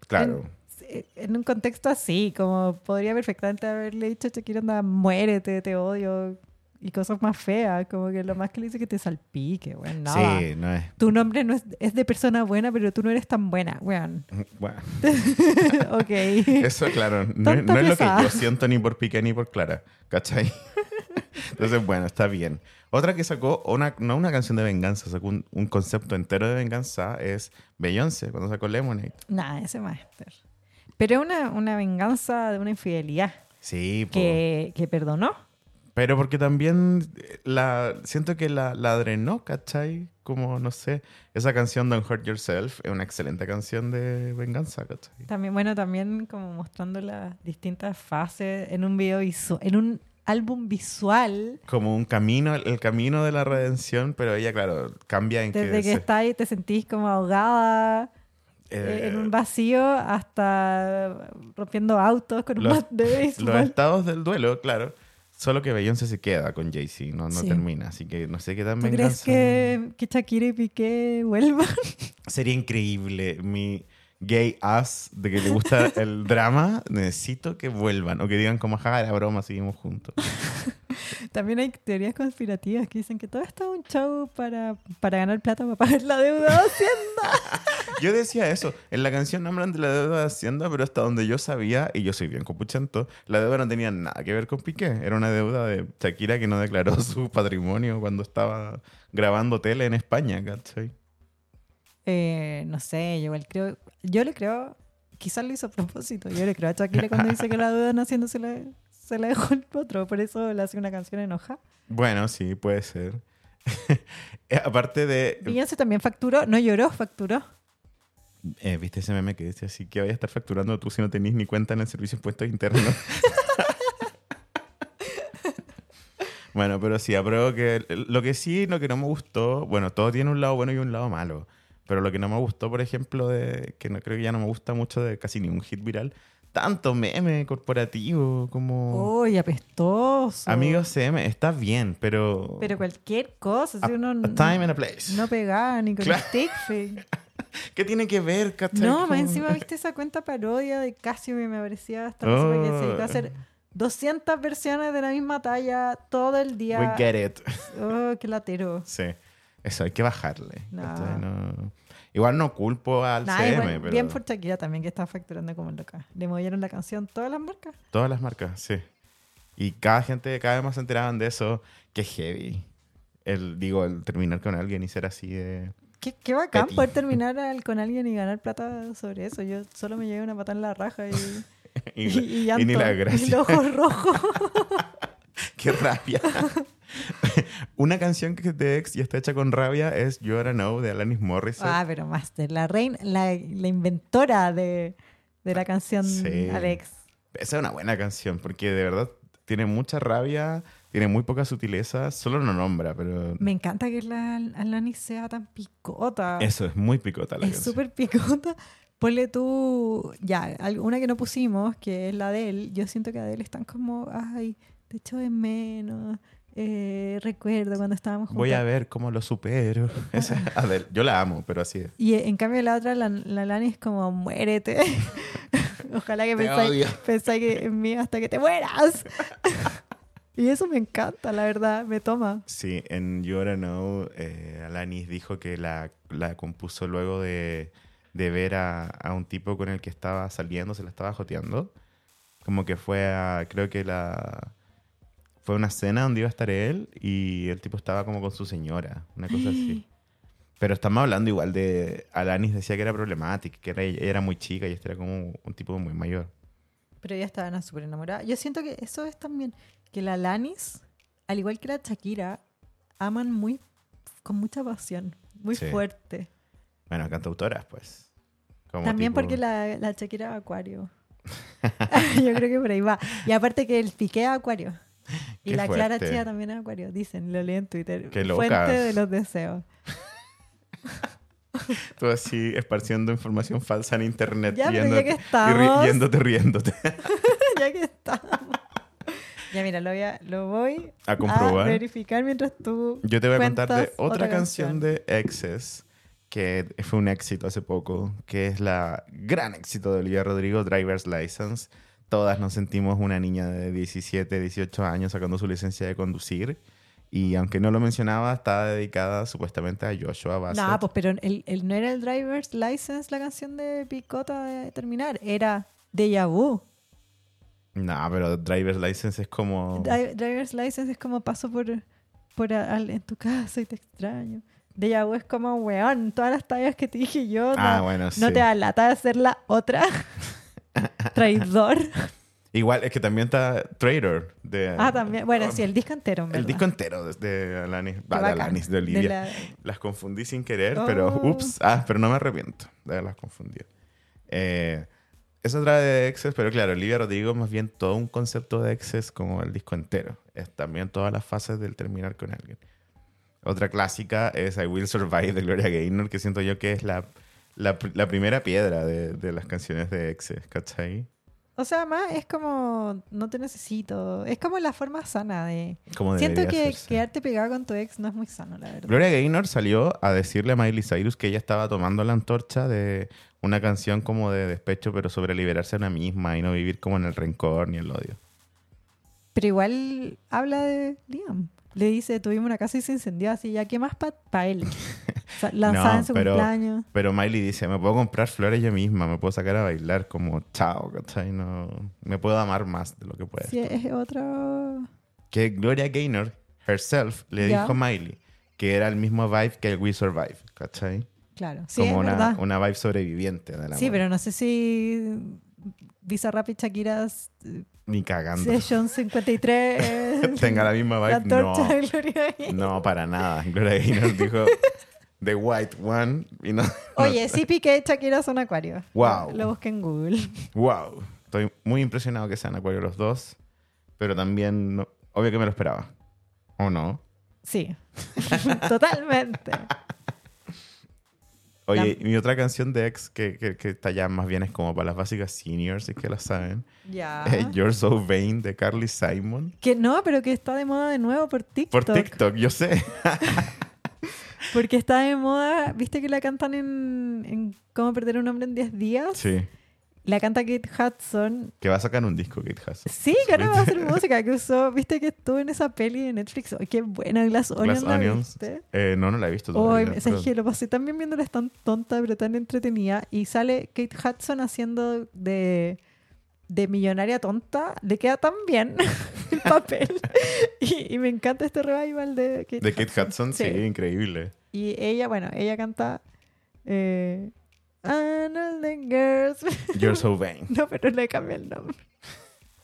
S3: Claro.
S2: en, en un contexto así, como podría perfectamente haberle dicho a Shakira, anda, muérete, te odio, y cosas más feas, como que lo más que le dice es que te salpique, weón, no.
S3: Sí, no es.
S2: Tu nombre no es, es de persona buena, pero tú no eres tan buena, weón.
S3: Bueno,
S2: ok.
S3: eso, claro. No, es-
S2: Tonta
S3: no es lo que
S2: pesada.
S3: yo siento ni por Piqué ni por Clara. ¿Cachai? Entonces, bueno, está bien. Otra que sacó, una, no una canción de venganza, sacó un, un concepto entero de venganza, es Beyoncé, cuando sacó Lemonade.
S2: Nada, ese máster. Pero es una, una venganza de una infidelidad
S3: Sí, po.
S2: que, que perdonó.
S3: Pero porque también eh, la siento que la, la drenó, ¿cachai? Como, no sé, esa canción Don't Hurt Yourself es una excelente canción de venganza, ¿cachai?
S2: También, bueno, también como mostrando las distintas fases en un video visual, en un álbum visual
S3: Como un camino, el, el camino de la redención, pero ella, claro, cambia en
S2: Desde que
S3: se-
S2: estás ahí te sentís como ahogada
S3: eh,
S2: en un vacío hasta rompiendo autos con un
S3: Los-
S2: bat de
S3: los
S2: béisbol.
S3: estados del duelo, claro. Solo que Beyoncé se queda con Jay-Z, no, no
S2: Sí.
S3: termina. Así que no sé qué tan
S2: ¿Tú crees
S3: venganza.
S2: que, que Shakira y Piqué vuelvan?
S3: Sería increíble. Mi gay ass de que le gusta el drama, necesito que vuelvan. O que digan como, ja, era broma, seguimos juntos.
S2: También hay teorías conspirativas que dicen que todo esto es un show para, para ganar plata para pagar la deuda de Hacienda.
S3: Yo decía eso. En la canción nombran de la deuda de Hacienda, pero hasta donde yo sabía, y yo soy bien copuchento, la deuda no tenía nada que ver con Piqué. Era una deuda de Shakira que no declaró su patrimonio cuando estaba grabando tele en España, ¿cachai?
S2: Eh, no sé, yo igual creo, yo le creo, quizás lo hizo a propósito, yo le creo a Shakira cuando dice que la deuda no haciendo se la, se la dejó el potro, por eso le hace una canción enoja.
S3: Bueno, sí, puede ser. Eh, Aparte de.
S2: Beyoncé también facturó, no lloró, facturó.
S3: eh, ¿Viste ese meme que dice así que vaya a estar facturando tú si no tenés ni cuenta en el servicio de impuestos internos? bueno, pero sí, apruebo que. Lo que sí, lo que no me gustó. Bueno, todo tiene un lado bueno y un lado malo. Pero lo que no me gustó, por ejemplo, de, que no creo que ya no me gusta mucho de casi ningún hit viral, tanto meme corporativo como.
S2: Uy, apestoso.
S3: Oh. Amigos CM, está bien, pero.
S2: Pero cualquier cosa,
S3: a-
S2: si uno
S3: a
S2: n-
S3: time and a place.
S2: no pegaba ni con
S3: Claro.
S2: el stick
S3: ¿Qué tiene que ver, cachai?
S2: No,
S3: Como-
S2: más encima viste esa cuenta parodia de Casio que me parecía hasta que se
S3: Oh.
S2: dedicó a hacer 200 versiones de la misma talla todo el
S3: We
S2: día.
S3: get it.
S2: Oh, qué latero.
S3: Sí. Eso, hay que bajarle.
S2: No.
S3: ¿cachai? No- Igual no culpo al
S2: Nah,
S3: CM,
S2: igual,
S3: pero
S2: Bien por Shakira también que está facturando como loca. Le movieron la canción todas las marcas.
S3: todas las marcas, sí. Y cada gente cada vez más se enteraban de eso. Qué heavy. el, digo, el terminar con alguien y ser así de...
S2: Qué, qué bacán
S3: Petit.
S2: poder terminar al- con alguien y ganar plata sobre eso. Yo solo me llevé una patada en la raja y,
S3: Y,
S2: y- y llanto.
S3: y ni la gracia.
S2: Y los ojos rojos.
S3: ¡Qué rabia! Una canción que de ex y está hecha con rabia es You Are Now de Alanis Morissette.
S2: ah, pero Master, la reina, la, la inventora de, de la canción
S3: Sí.
S2: Alex.
S3: Esa es una buena canción porque de verdad tiene mucha rabia, tiene muy poca sutileza, solo no nombra, pero
S2: Me encanta que la Alanis sea tan picota.
S3: eso es muy picota la
S2: Es
S3: canción.
S2: súper picota. Ponle tú, ya, alguna que no pusimos, que es la de él. Yo siento que a él están como, ay, te echo de menos. eh, recuerdo cuando estábamos juntos.
S3: Voy a ver cómo lo supero. Esa es Adele. yo la amo, pero así es.
S2: Y eh, en cambio la otra, la, la Lani es como, muérete. Ojalá que
S3: Te
S2: pensáis
S3: odio.
S2: pensáis que en mí hasta que te mueras. y eso me encanta, la verdad, me toma.
S3: Sí, en You Are Now, eh, Alanis dijo que la, la compuso luego de, de ver a, a un tipo con el que estaba saliendo, se la estaba joteando. Como que fue a, creo que la... Fue una cena donde iba a estar él y el tipo estaba como con su señora, una cosa así. Pero estamos hablando igual de... Alanis decía que era problemática, que era, ella era muy chica y este era como un tipo muy mayor.
S2: Pero ella estaba súper enamorada. Yo siento que eso es también, que la Lanis, al igual que la Shakira, aman muy, con mucha pasión, muy
S3: Sí.
S2: fuerte.
S3: Bueno, cantautoras, pues. Como
S2: También
S3: tipo-
S2: porque la, la Shakira es acuario. Yo creo que por ahí va. Y aparte que el piqué es acuario. Y
S3: Qué
S2: la Clara
S3: fuerte.
S2: Chía también es acuario, dicen, lo leí en Twitter.
S3: Qué locas.
S2: Fuente de los deseos.
S3: Tú así esparciendo información falsa en internet.
S2: Ya, pero ya
S3: yéndote-
S2: que
S3: y ri-
S2: estamos.
S3: yéndote, riéndote.
S2: ya que estamos. Ya mira, lo voy a, lo voy
S3: A comprobar.
S2: verificar mientras tú
S3: Yo te voy a contar de
S2: cuentas
S3: otra, canción, de Exes que fue un éxito hace poco, que es la gran éxito de Olivia Rodrigo, Driver's License. Todas nos sentimos una niña de 17, 18 años sacando su licencia de conducir. Y aunque no lo mencionaba, estaba dedicada supuestamente a Joshua Bassett.
S2: No, pues pero el, el- no era el Driver's License la canción de Picota de terminar, era Deja Vu. pues.
S3: No, pero Driver's License es como...
S2: Dri- Driver's License es como paso por, por a- al- en tu casa y te extraño. Deja Vu es como, weón, todas las tallas que te dije yo,
S3: Ah,
S2: no,
S3: bueno,
S2: no
S3: sí.
S2: te da lata de hacer la otra. Traidor.
S3: Igual, es que también está Traitor. De,
S2: ah, también. Bueno, sí, el disco entero. en
S3: El
S2: verdad.
S3: disco entero de, de Alanis,
S2: Qué
S3: va, de
S2: bacán.
S3: Alanis, de
S2: De
S3: Olivia.
S2: la-
S3: Las confundí sin querer,
S2: Oh.
S3: pero ups, ah, pero no me arrepiento de haberlas confundido. Eh, es otra de exes, pero claro, Olivia Rodrigo más bien todo un concepto de exes como el disco entero. Es también todas las fases del terminar con alguien. Otra clásica es I Will Survive de Gloria Gaynor, que siento yo que es la, la, pr- la primera piedra de, de las canciones de exes, ¿cachai?
S2: O sea, más es como, no te necesito. Es como la forma sana de...
S3: Como
S2: Siento
S3: debería
S2: que
S3: hacerse.
S2: quedarte pegado con tu ex no es muy sano, la verdad.
S3: Gloria Gaynor salió a decirle a Miley Cyrus que ella estaba tomando la antorcha de una canción como de despecho, pero sobre liberarse a una misma y no vivir como en el rencor ni el odio.
S2: Pero igual habla de Liam. Le dice, tuvimos una casa y se incendió así, ya, ¿qué más para él? O sea, lanzada
S3: No,
S2: en su
S3: pero-
S2: cumpleaños.
S3: Pero Miley dice, me puedo comprar flores yo misma, me puedo sacar a bailar como chao, ¿cachai? No, me puedo amar más de lo que pueda.
S2: Sí, es otro...
S3: Que Gloria Gaynor herself le
S2: Ya.
S3: dijo a Miley que era el mismo vibe que el We Survive, ¿cachai?
S2: Claro, sí, es
S3: como
S2: verdad.
S3: una, una vibe sobreviviente de la
S2: Sí, pero no sé si Bizarrap y Shakira eh,
S3: Ni cagando.
S2: Session 53 eh,
S3: Tenga la misma
S2: la
S3: vibe,
S2: torcha
S3: no.
S2: de Gloria Gaynor.
S3: No, para nada. Gloria Gaynor dijo The White One y no.
S2: Oye, sí piqué y Shakira son acuario.
S3: Wow.
S2: Lo busqué en Google.
S3: Wow. Estoy muy impresionado que sean Acuario los dos, pero también no- obvio que me lo esperaba. ¿O no?
S2: Sí. Totalmente.
S3: Oye, mi otra canción de ex que, que, que está ya más bien es como para las básicas seniors, si es que la saben.
S2: Ya.
S3: Eh, You're So Vain de Carly Simon.
S2: Que no, pero que está de moda de nuevo por
S3: Por
S2: TikTok.
S3: TikTok, yo sé.
S2: Porque está de moda, viste que la cantan en, en Cómo perder un hombre en 10 días.
S3: Sí.
S2: La canta Kate Hudson.
S3: Que va a sacar un disco, Kate Hudson.
S2: Sí, que ahora va a hacer música que usó, viste que estuvo en esa peli de Netflix. Ay, qué buena Glass Onion.
S3: Glass
S2: ¿la
S3: Onions.
S2: viste? Oh,
S3: Eh, no, no la he visto
S2: Hoy,
S3: todavía.
S2: ¿sabes
S3: pero-
S2: qué? Lo pasé también viéndola, es tan tonta, pero tan entretenida. Y sale Kate Hudson haciendo de, de millonaria tonta. Le queda tan bien. el papel. Y, y me encanta este revival de Kate
S3: De Kate Hudson, sí, increíble.
S2: Y ella, bueno, ella canta. Eh, "And all the girls.
S3: You're so vain.
S2: No, pero le cambié el nombre.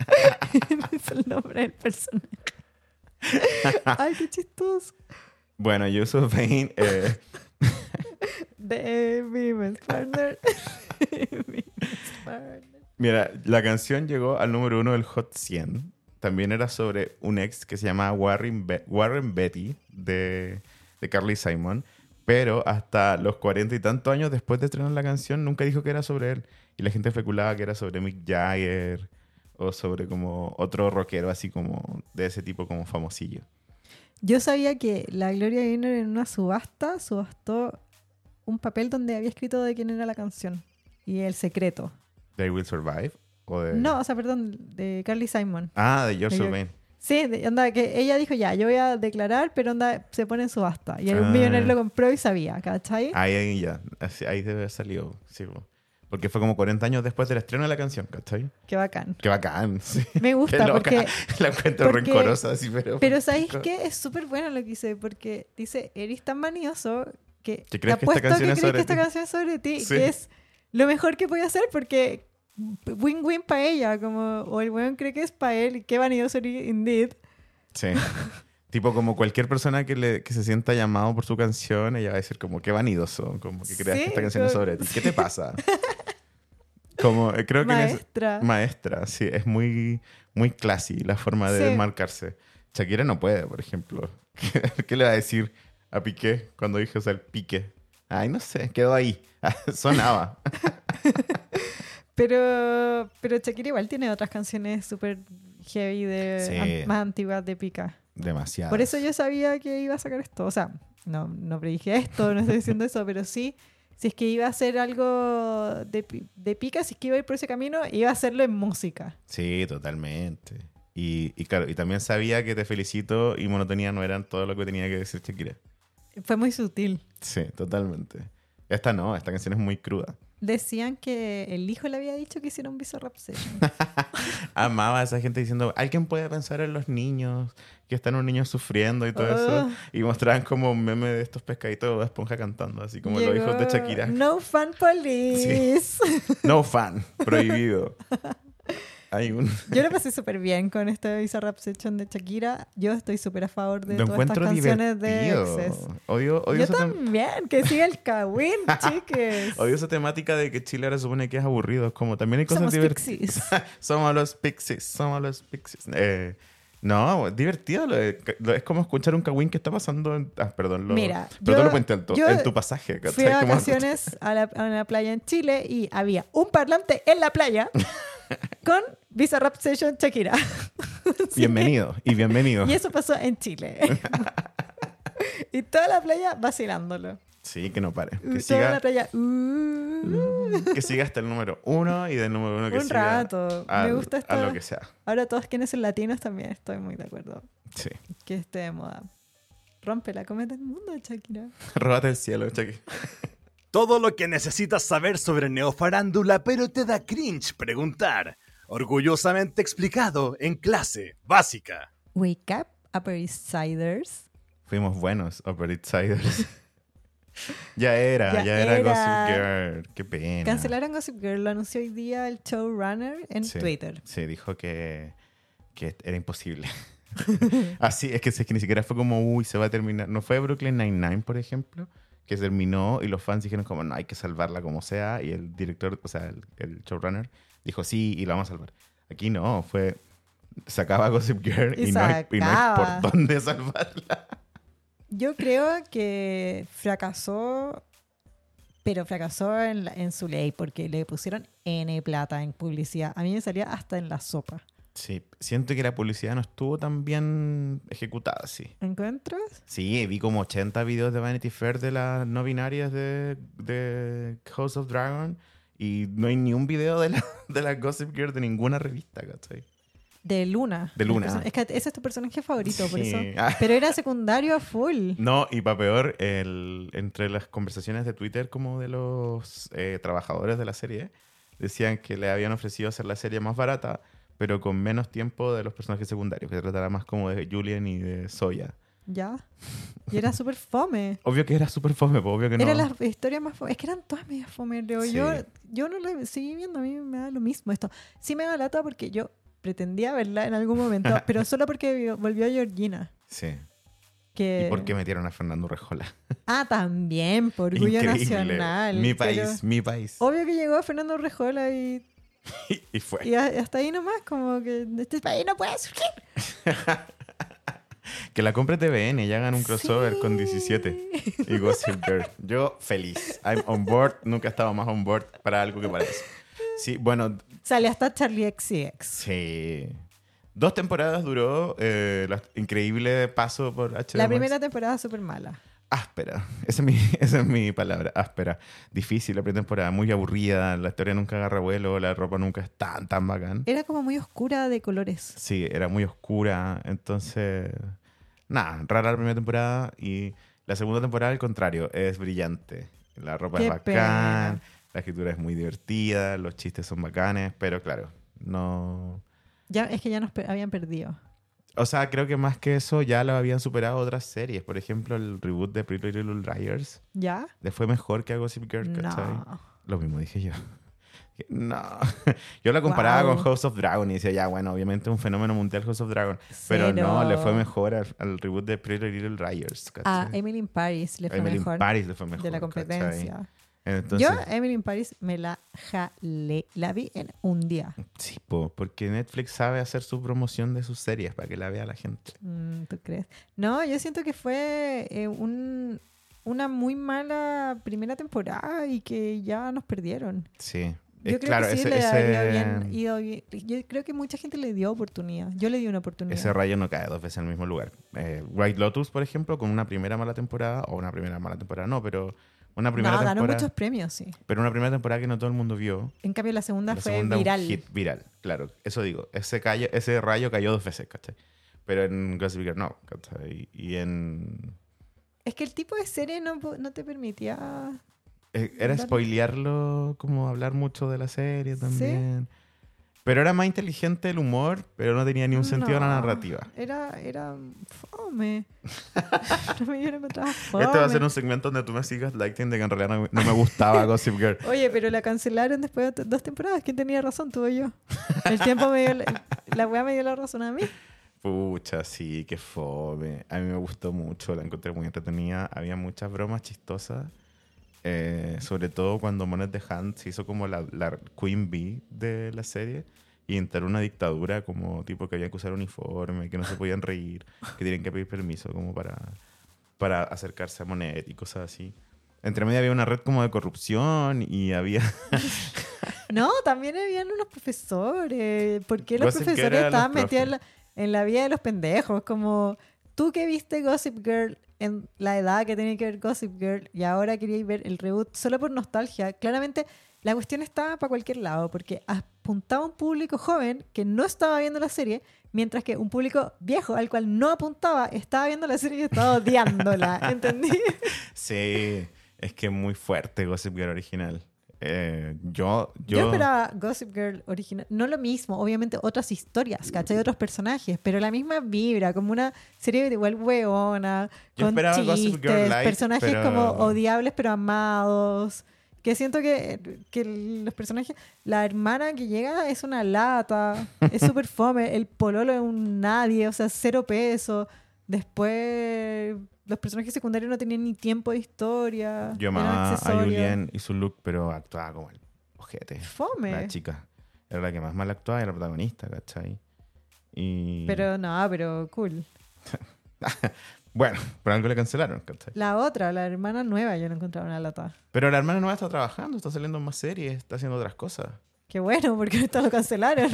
S2: es el nombre del personaje. Ay, qué chistoso.
S3: Bueno, You're so vain. eh,
S2: De mi best partner. Mi best partner.
S3: mira, la canción llegó al número uno del Hot 100. También era sobre un ex que se llamaba Warren, Be- Warren Betty de, de Carly Simon. Pero hasta los cuarenta y tantos años después de estrenar la canción, nunca dijo que era sobre él. Y la gente especulaba que era sobre Mick Jagger o sobre como otro rockero así como de ese tipo como famosillo.
S2: Yo sabía que la Gloria Gaynor en una subasta subastó un papel donde había escrito de quién era la canción y el secreto.
S3: ¿They Will Survive? O de...
S2: No, o sea, perdón, de Carly Simon.
S3: Ah, de George
S2: De George-
S3: Urbain.
S2: Sí, de- onda, que ella dijo ya, yo voy a declarar, pero onda, se pone en subasta. Y
S3: Ah.
S2: un millonario lo compró y sabía, ¿cachai?
S3: Ahí, ahí ya, así- ahí debe haber salido, sí, po. porque fue como 40 años después del estreno de la canción, ¿cachai?
S2: Qué bacán.
S3: Qué bacán, sí.
S2: Me
S3: Qué
S2: gusta
S3: loca.
S2: porque...
S3: La encuentro
S2: porque-
S3: rencorosa, sí, pero...
S2: Pero ¿sabéis qué? Es súper bueno lo que dice, porque dice, eres tan manioso que
S3: Que
S2: te
S3: crees que esta
S2: apuesto que
S3: canción es
S2: crees
S3: sobre
S2: que esta
S3: ti".
S2: canción es sobre ti,
S3: Sí.
S2: que es lo mejor que puede hacer porque win-win para ella, como, o el weón cree que es para él, y qué vanidoso eres, indeed.
S3: Sí. tipo como cualquier persona que, le, que se sienta llamado por su canción, ella va a decir como, qué vanidoso, como que creas que
S2: Sí,
S3: esta canción es
S2: como-
S3: sobre ti. ¿Qué te pasa? como, eh, creo que... en ese-
S2: Maestra.
S3: Maestra, sí, es muy, muy classy la forma de
S2: Sí.
S3: desmarcarse. Shakira no puede, por ejemplo. ¿Qué, qué le va a decir a Piqué cuando dijo, o sea, el pique? Ay, no sé, quedó ahí. Sonaba.
S2: Pero, pero Shakira igual tiene otras canciones súper heavy, de,
S3: Sí.
S2: an- más antiguas de pica.
S3: Demasiado.
S2: Por eso yo sabía que iba a sacar esto. O sea, no, no predije esto, no estoy diciendo eso, pero sí, si es que iba a hacer algo de, pi- de pica, si es que iba a ir por ese camino, iba a hacerlo en música.
S3: Sí, totalmente. Y, y claro, y también sabía que Te Felicito y Monotonía no eran todo lo que tenía que decir Shakira.
S2: Fue muy sutil.
S3: Sí, totalmente. Esta no, esta canción es muy cruda.
S2: Decían que el hijo le había dicho que hiciera un Bizarrap session.
S3: Amaba a esa gente diciendo, alguien puede pensar en los niños, que están un niño sufriendo y todo eso.
S2: Oh.
S3: Y mostraban como un meme de estos pescaditos de Bob esponja cantando, así como los
S2: Llegó,
S3: hijos de Shakira. No,
S2: No fan police.
S3: fan, prohibido. Hay un...
S2: Yo lo pasé súper bien con este Bizarrap session de Shakira. Yo estoy súper a favor de
S3: lo
S2: todas estas
S3: encuentro
S2: canciones
S3: divertido.
S2: de exes.
S3: Odio, odio,
S2: Yo
S3: esa tem-
S2: también, que siga el Kawin, chiques.
S3: odio esa temática de que Chile ahora supone que es aburrido. Es como también hay cosas
S2: Somos
S3: divertidas.
S2: pixies.
S3: somos los pixies, somos los pixies. Eh, no, es divertido. lo de- lo- es como escuchar un kawin que está pasando en... Ah, perdón. Lo,
S2: Mira,
S3: perdón
S2: yo-
S3: lo puente alto.
S2: yo
S3: en tu pasaje.
S2: Fui
S3: ¿cachai?
S2: a
S3: Como-
S2: vacaciones a la, a una playa en Chile y había un parlante en la playa con Visa Rap Session Shakira.
S3: Bienvenido y bienvenido.
S2: Y eso pasó en Chile. y toda la playa vacilándolo.
S3: Sí, que no pare.
S2: Y
S3: Que
S2: toda la
S3: siga,
S2: playa. "Uh, uh".
S3: que siga hasta el número uno y del número uno que
S2: Un
S3: siga
S2: rato. Me
S3: al-
S2: gusta
S3: A
S2: esta-
S3: lo que sea.
S2: Ahora todos quienes son latinos también estoy muy de acuerdo
S3: Sí.
S2: que esté de moda. Rompe la cometa del mundo, Shakira.
S3: Róbate el cielo, Chucky.
S4: Todo lo que necesitas saber sobre neofarándula, pero te da cringe preguntar. Orgullosamente explicado en clase básica.
S2: Wake up, Upper East Siders.
S3: Fuimos buenos, Upper East Siders. ya era, ya,
S2: Ya
S3: era,
S2: era.
S3: Gossip Girl. Qué pena.
S2: Cancelaron Gossip Girl, lo anunció hoy día el showrunner en
S3: Sí.
S2: Twitter.
S3: Sí, dijo que, que era imposible. Así es que, es que ni siquiera fue como, uy, se va a terminar. No fue Brooklyn Nine-Nine, por ejemplo, que terminó y los fans dijeron como, no, hay que salvarla como sea. Y el director, o sea, el, el showrunner, dijo, sí, y la vamos a salvar. Aquí no, fue... Sacaba Gossip Girl
S2: Y
S3: y, no hay, y no hay
S2: sacaba.
S3: por dónde salvarla.
S2: Yo creo que fracasó, pero fracasó en, la- en su ley porque le pusieron N plata en publicidad. A mí me salía hasta en la sopa.
S3: Sí, siento que la publicidad no estuvo tan bien ejecutada, sí.
S2: ¿Encuentras?
S3: Sí, vi como 80 videos de Vanity Fair de las no binarias de, de House of Dragon y no hay ni un video de la, de la Gossip Girl de ninguna revista, ¿cachai?
S2: De Luna.
S3: De Luna.
S2: El person- Es que ese es tu personaje favorito, por
S3: Sí.
S2: eso.
S3: Ah.
S2: Pero era secundario a full.
S3: No, y para peor, el- entre las conversaciones de Twitter como de los eh, trabajadores de la serie, decían que le habían ofrecido hacer la serie más barata, pero con menos tiempo de los personajes secundarios, que se tratará más como de Julian y de Soya.
S2: Ya. Y era súper fome.
S3: Obvio que era súper fome, pues, obvio que no.
S2: Era la historia más fome. Es que eran todas medias fome, Leo.
S3: Sí.
S2: Yo, yo no la seguí viendo, a mí me da lo mismo esto. Sí me da lata porque yo pretendía verla en algún momento, pero solo porque volvió Georgina.
S3: Sí.
S2: Que...
S3: ¿Y por qué metieron a Fernando Rejola?
S2: Ah, también, por orgullo
S3: Increíble.
S2: nacional.
S3: Mi
S2: pero Oh,
S3: país, mi país.
S2: Obvio que llegó Fernando Rejola y,
S3: Y fue.
S2: y a- hasta ahí nomás, como que este país no puede surgir.
S3: Que la compre TVN y hagan un crossover con
S2: Sí.
S3: 17 y Gossip Girl. Yo feliz. I'm on board. Nunca he estado más on board para algo que parece. Sí, bueno,
S2: Sale hasta Charlie XCX.
S3: sí. Dos temporadas duró eh, la- increíble paso por HBO
S2: La
S3: Max.
S2: primera temporada súper mala.
S3: áspera. Esa es, mi, esa es mi palabra, áspera. Difícil la pretemporada, muy aburrida, la historia nunca agarra vuelo, la ropa nunca es tan, tan bacán.
S2: Era como muy oscura de colores.
S3: Sí, era muy oscura, entonces... Nada, rara la primera temporada y la segunda temporada al contrario, es brillante. La ropa
S2: Qué
S3: es bacán,
S2: pena.
S3: la escritura es muy divertida, los chistes son bacanes, pero claro, no...
S2: Ya, es que ya nos pe- habían perdido.
S3: O sea, creo que más que eso ya lo habían superado otras series. Por ejemplo, el reboot de Pretty Little Liars
S2: ¿Ya?
S3: le fue mejor que a Gossip Girl, ¿cachai?
S2: No.
S3: Lo mismo dije yo. No. Yo la comparaba
S2: Guau.
S3: con House of Dragon y decía, ya, bueno, obviamente un fenómeno mundial House of Dragon.
S2: Cero.
S3: Pero no, le fue mejor al, al reboot de Pretty Little Liars.
S2: A
S3: ¿cachai?
S2: Emily in Paris le fue
S3: Emily in
S2: mejor,
S3: Paris le fue mejor.
S2: de la
S3: ¿cachai?
S2: competencia.
S3: Entonces,
S2: Yo, Emily in Paris, me la jalé. La vi en un día.
S3: sí, po, porque Netflix sabe hacer su promoción de sus series para que la vea la gente.
S2: Mm, ¿Tú crees? No, yo siento que fue eh, un- una muy mala primera temporada y que ya nos perdieron.
S3: Sí.
S2: Yo
S3: Eh,
S2: creo que sí le habría
S3: mm.
S2: bien ido bien. Yo creo que mucha gente le dio oportunidad. Yo le di una oportunidad.
S3: Ese rayo no cae dos veces en el mismo lugar. Eh, White Lotus, por ejemplo, con una primera mala temporada, o una primera mala temporada, no, pero una primera
S2: no, ganó
S3: temporada.
S2: muchos premios, sí.
S3: Pero una primera temporada que no todo el mundo vio.
S2: En cambio, la segunda
S3: la
S2: fue
S3: segunda un
S2: viral.
S3: hit viral, claro. Eso digo, ese, callo- ese rayo cayó dos veces, ¿cachai? Pero en Gossip Girl no, ¿cachai? Y en...
S2: Es que el tipo de serie no, po- no te permitía.
S3: eh, Era
S2: Dale.
S3: spoilearlo, como hablar mucho de la serie también. Pero era más inteligente el humor, pero no tenía ni un sentido la
S2: No,
S3: narrativa.
S2: Era, era fome. no me dieron encontraba fome.
S3: Este va a ser un segmento donde tú me sigas liking de que en realidad no, no me gustaba Gossip Girl.
S2: Oye, pero la cancelaron después de t- dos temporadas. ¿Quién tenía razón? Tuve yo. El tiempo me dio la, la weá me dio la razón a mí.
S3: Pucha, sí, qué fome. A mí me gustó mucho, la encontré muy entretenida. Había muchas bromas chistosas. Eh, sobre todo cuando Monet de Hunt se hizo como la, la Queen Bee de la serie y entró una dictadura como tipo que había que usar uniforme, que no se podían reír, que tenían que pedir permiso como para, para acercarse a Monet y cosas así. Entre medio había una red como de corrupción y había...
S2: No, también habían unos profesores. ¿Por qué los
S3: Gossip Girl
S2: profesores
S3: era los
S2: estaban metidos en la,
S3: profes.
S2: en la vida de los pendejos? Como tú que viste Gossip Girl en la edad que tenía que ver Gossip Girl y ahora queríais ver el reboot solo por nostalgia. Claramente la cuestión estaba para cualquier lado porque apuntaba a un público joven que no estaba viendo la serie. Mientras que un público viejo al cual no apuntaba estaba viendo la serie y estaba odiándola, ¿entendí?
S3: Sí, es que muy fuerte Gossip Girl original. Eh, yo,
S2: Yo,
S3: yo...
S2: esperaba Gossip Girl original. No lo mismo, obviamente otras historias, ¿cachai? Otros personajes, pero la misma vibra, como una serie de igual hueona,
S3: Yo
S2: con
S3: esperaba Gossip Girl
S2: chistes,
S3: light,
S2: personajes
S3: pero-
S2: como odiables pero amados. Que siento que, que los personajes. La hermana que llega es una lata, es súper fome. El pololo es un nadie, o sea, cero peso. Después, los personajes secundarios no tenían ni tiempo de historia.
S3: Yo
S2: eran
S3: amaba a
S2: accesorios.
S3: Julian y su look, pero actuaba como el ojete.
S2: Fome.
S3: La chica. Era la que más mal actuaba y era la protagonista, ¿cachai? Y...
S2: Pero no, pero cool.
S3: Bueno, por algo le cancelaron, ¿cachai?
S2: La otra, la hermana nueva, yo no encontraba una lata.
S3: Pero la hermana nueva está trabajando, está saliendo en más series, está haciendo otras cosas.
S2: Qué bueno, porque esto lo cancelaron.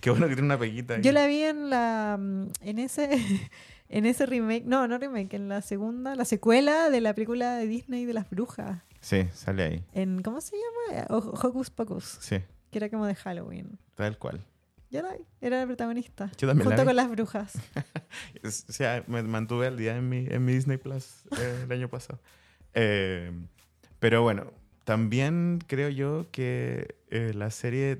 S3: Qué bueno que tiene una peguita. ahí.
S2: Yo la vi en la mm, en ese en ese remake, no, no remake, en la segunda, la secuela de la película de Disney de las brujas,
S3: Sí, sale ahí.
S2: en ¿cómo se llama? O- Hocus Pocus,
S3: Sí,
S2: que era como de Halloween.
S3: tal cual.
S2: Yo la vi, era la protagonista.
S3: Yo también la
S2: junto
S3: vi.
S2: con las brujas.
S3: Es- O sea, me mantuve al día en mi, en mi Disney Plus eh, el año pasado. Eh, pero bueno, también creo yo que eh, la serie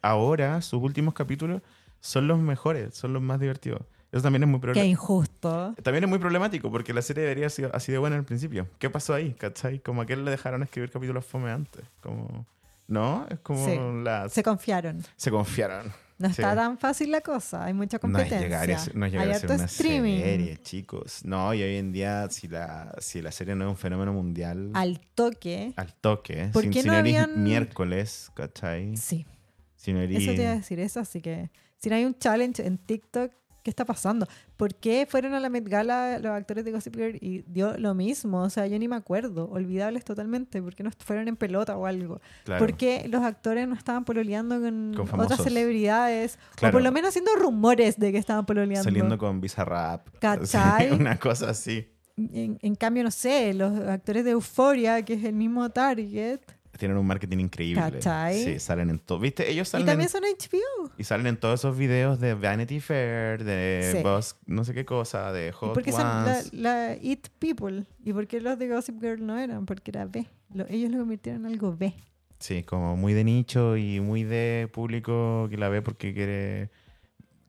S3: ahora sus últimos capítulos son los mejores, son los más divertidos. Eso también es muy
S2: Qué
S3: problemático.
S2: injusto.
S3: También es muy problemático porque la serie debería haber sido así de buena al principio. ¿Qué pasó ahí? ¿Cachai? Como a él le dejaron escribir capítulos fome antes. Como, ¿no? Es como
S2: Sí.
S3: la...
S2: Se confiaron.
S3: se confiaron.
S2: No
S3: Sí.
S2: está tan fácil la cosa. Hay mucha
S3: No es
S2: competencia.
S3: llegar a ser, no es llegar
S2: Hay
S3: a ser
S2: harto
S3: una
S2: streaming.
S3: serie, chicos. No, y hoy en día, si la, si la serie no es un fenómeno mundial, al,
S2: Al toque.
S3: toque, ¿eh?
S2: ¿Por
S3: sin,
S2: qué
S3: si
S2: no
S3: no eres
S2: habían-
S3: miércoles, ¿cachai?
S2: Sí,
S3: Si no eres-
S2: eso te iba a decir eso. Así que si no hay un challenge en TikTok, ¿qué está pasando? ¿Por qué fueron a la Met Gala los actores de Gossip Girl y dio lo mismo? O sea, yo ni me acuerdo. Olvidables totalmente. ¿Por qué no fueron en pelota o algo?
S3: Claro.
S2: ¿Por qué los actores no estaban pololeando con,
S3: Con famosos.
S2: otras celebridades? O
S3: Claro.
S2: por lo menos haciendo rumores de que estaban pololeando.
S3: saliendo con Bizarrap.
S2: ¿Cachai?
S3: así, Una cosa así.
S2: En, en cambio, no sé, los actores de Euforia, que es el mismo target,
S3: Tienen un marketing increíble.
S2: ¿Cachai?
S3: Sí, salen en todo. ¿Viste? Ellos
S2: y
S3: salen en-
S2: también son HBO.
S3: y salen en todos esos videos de Vanity Fair, de
S2: Sí.
S3: Boss, no sé qué cosa, de
S2: ¿Y
S3: Hot
S2: por qué son la,
S3: Ones.
S2: la It People? ¿Y por qué los de Gossip Girl no eran? Porque era B. Lo- ellos lo convirtieron en algo B.
S3: Sí, como muy de nicho y muy de público que la ve porque quiere.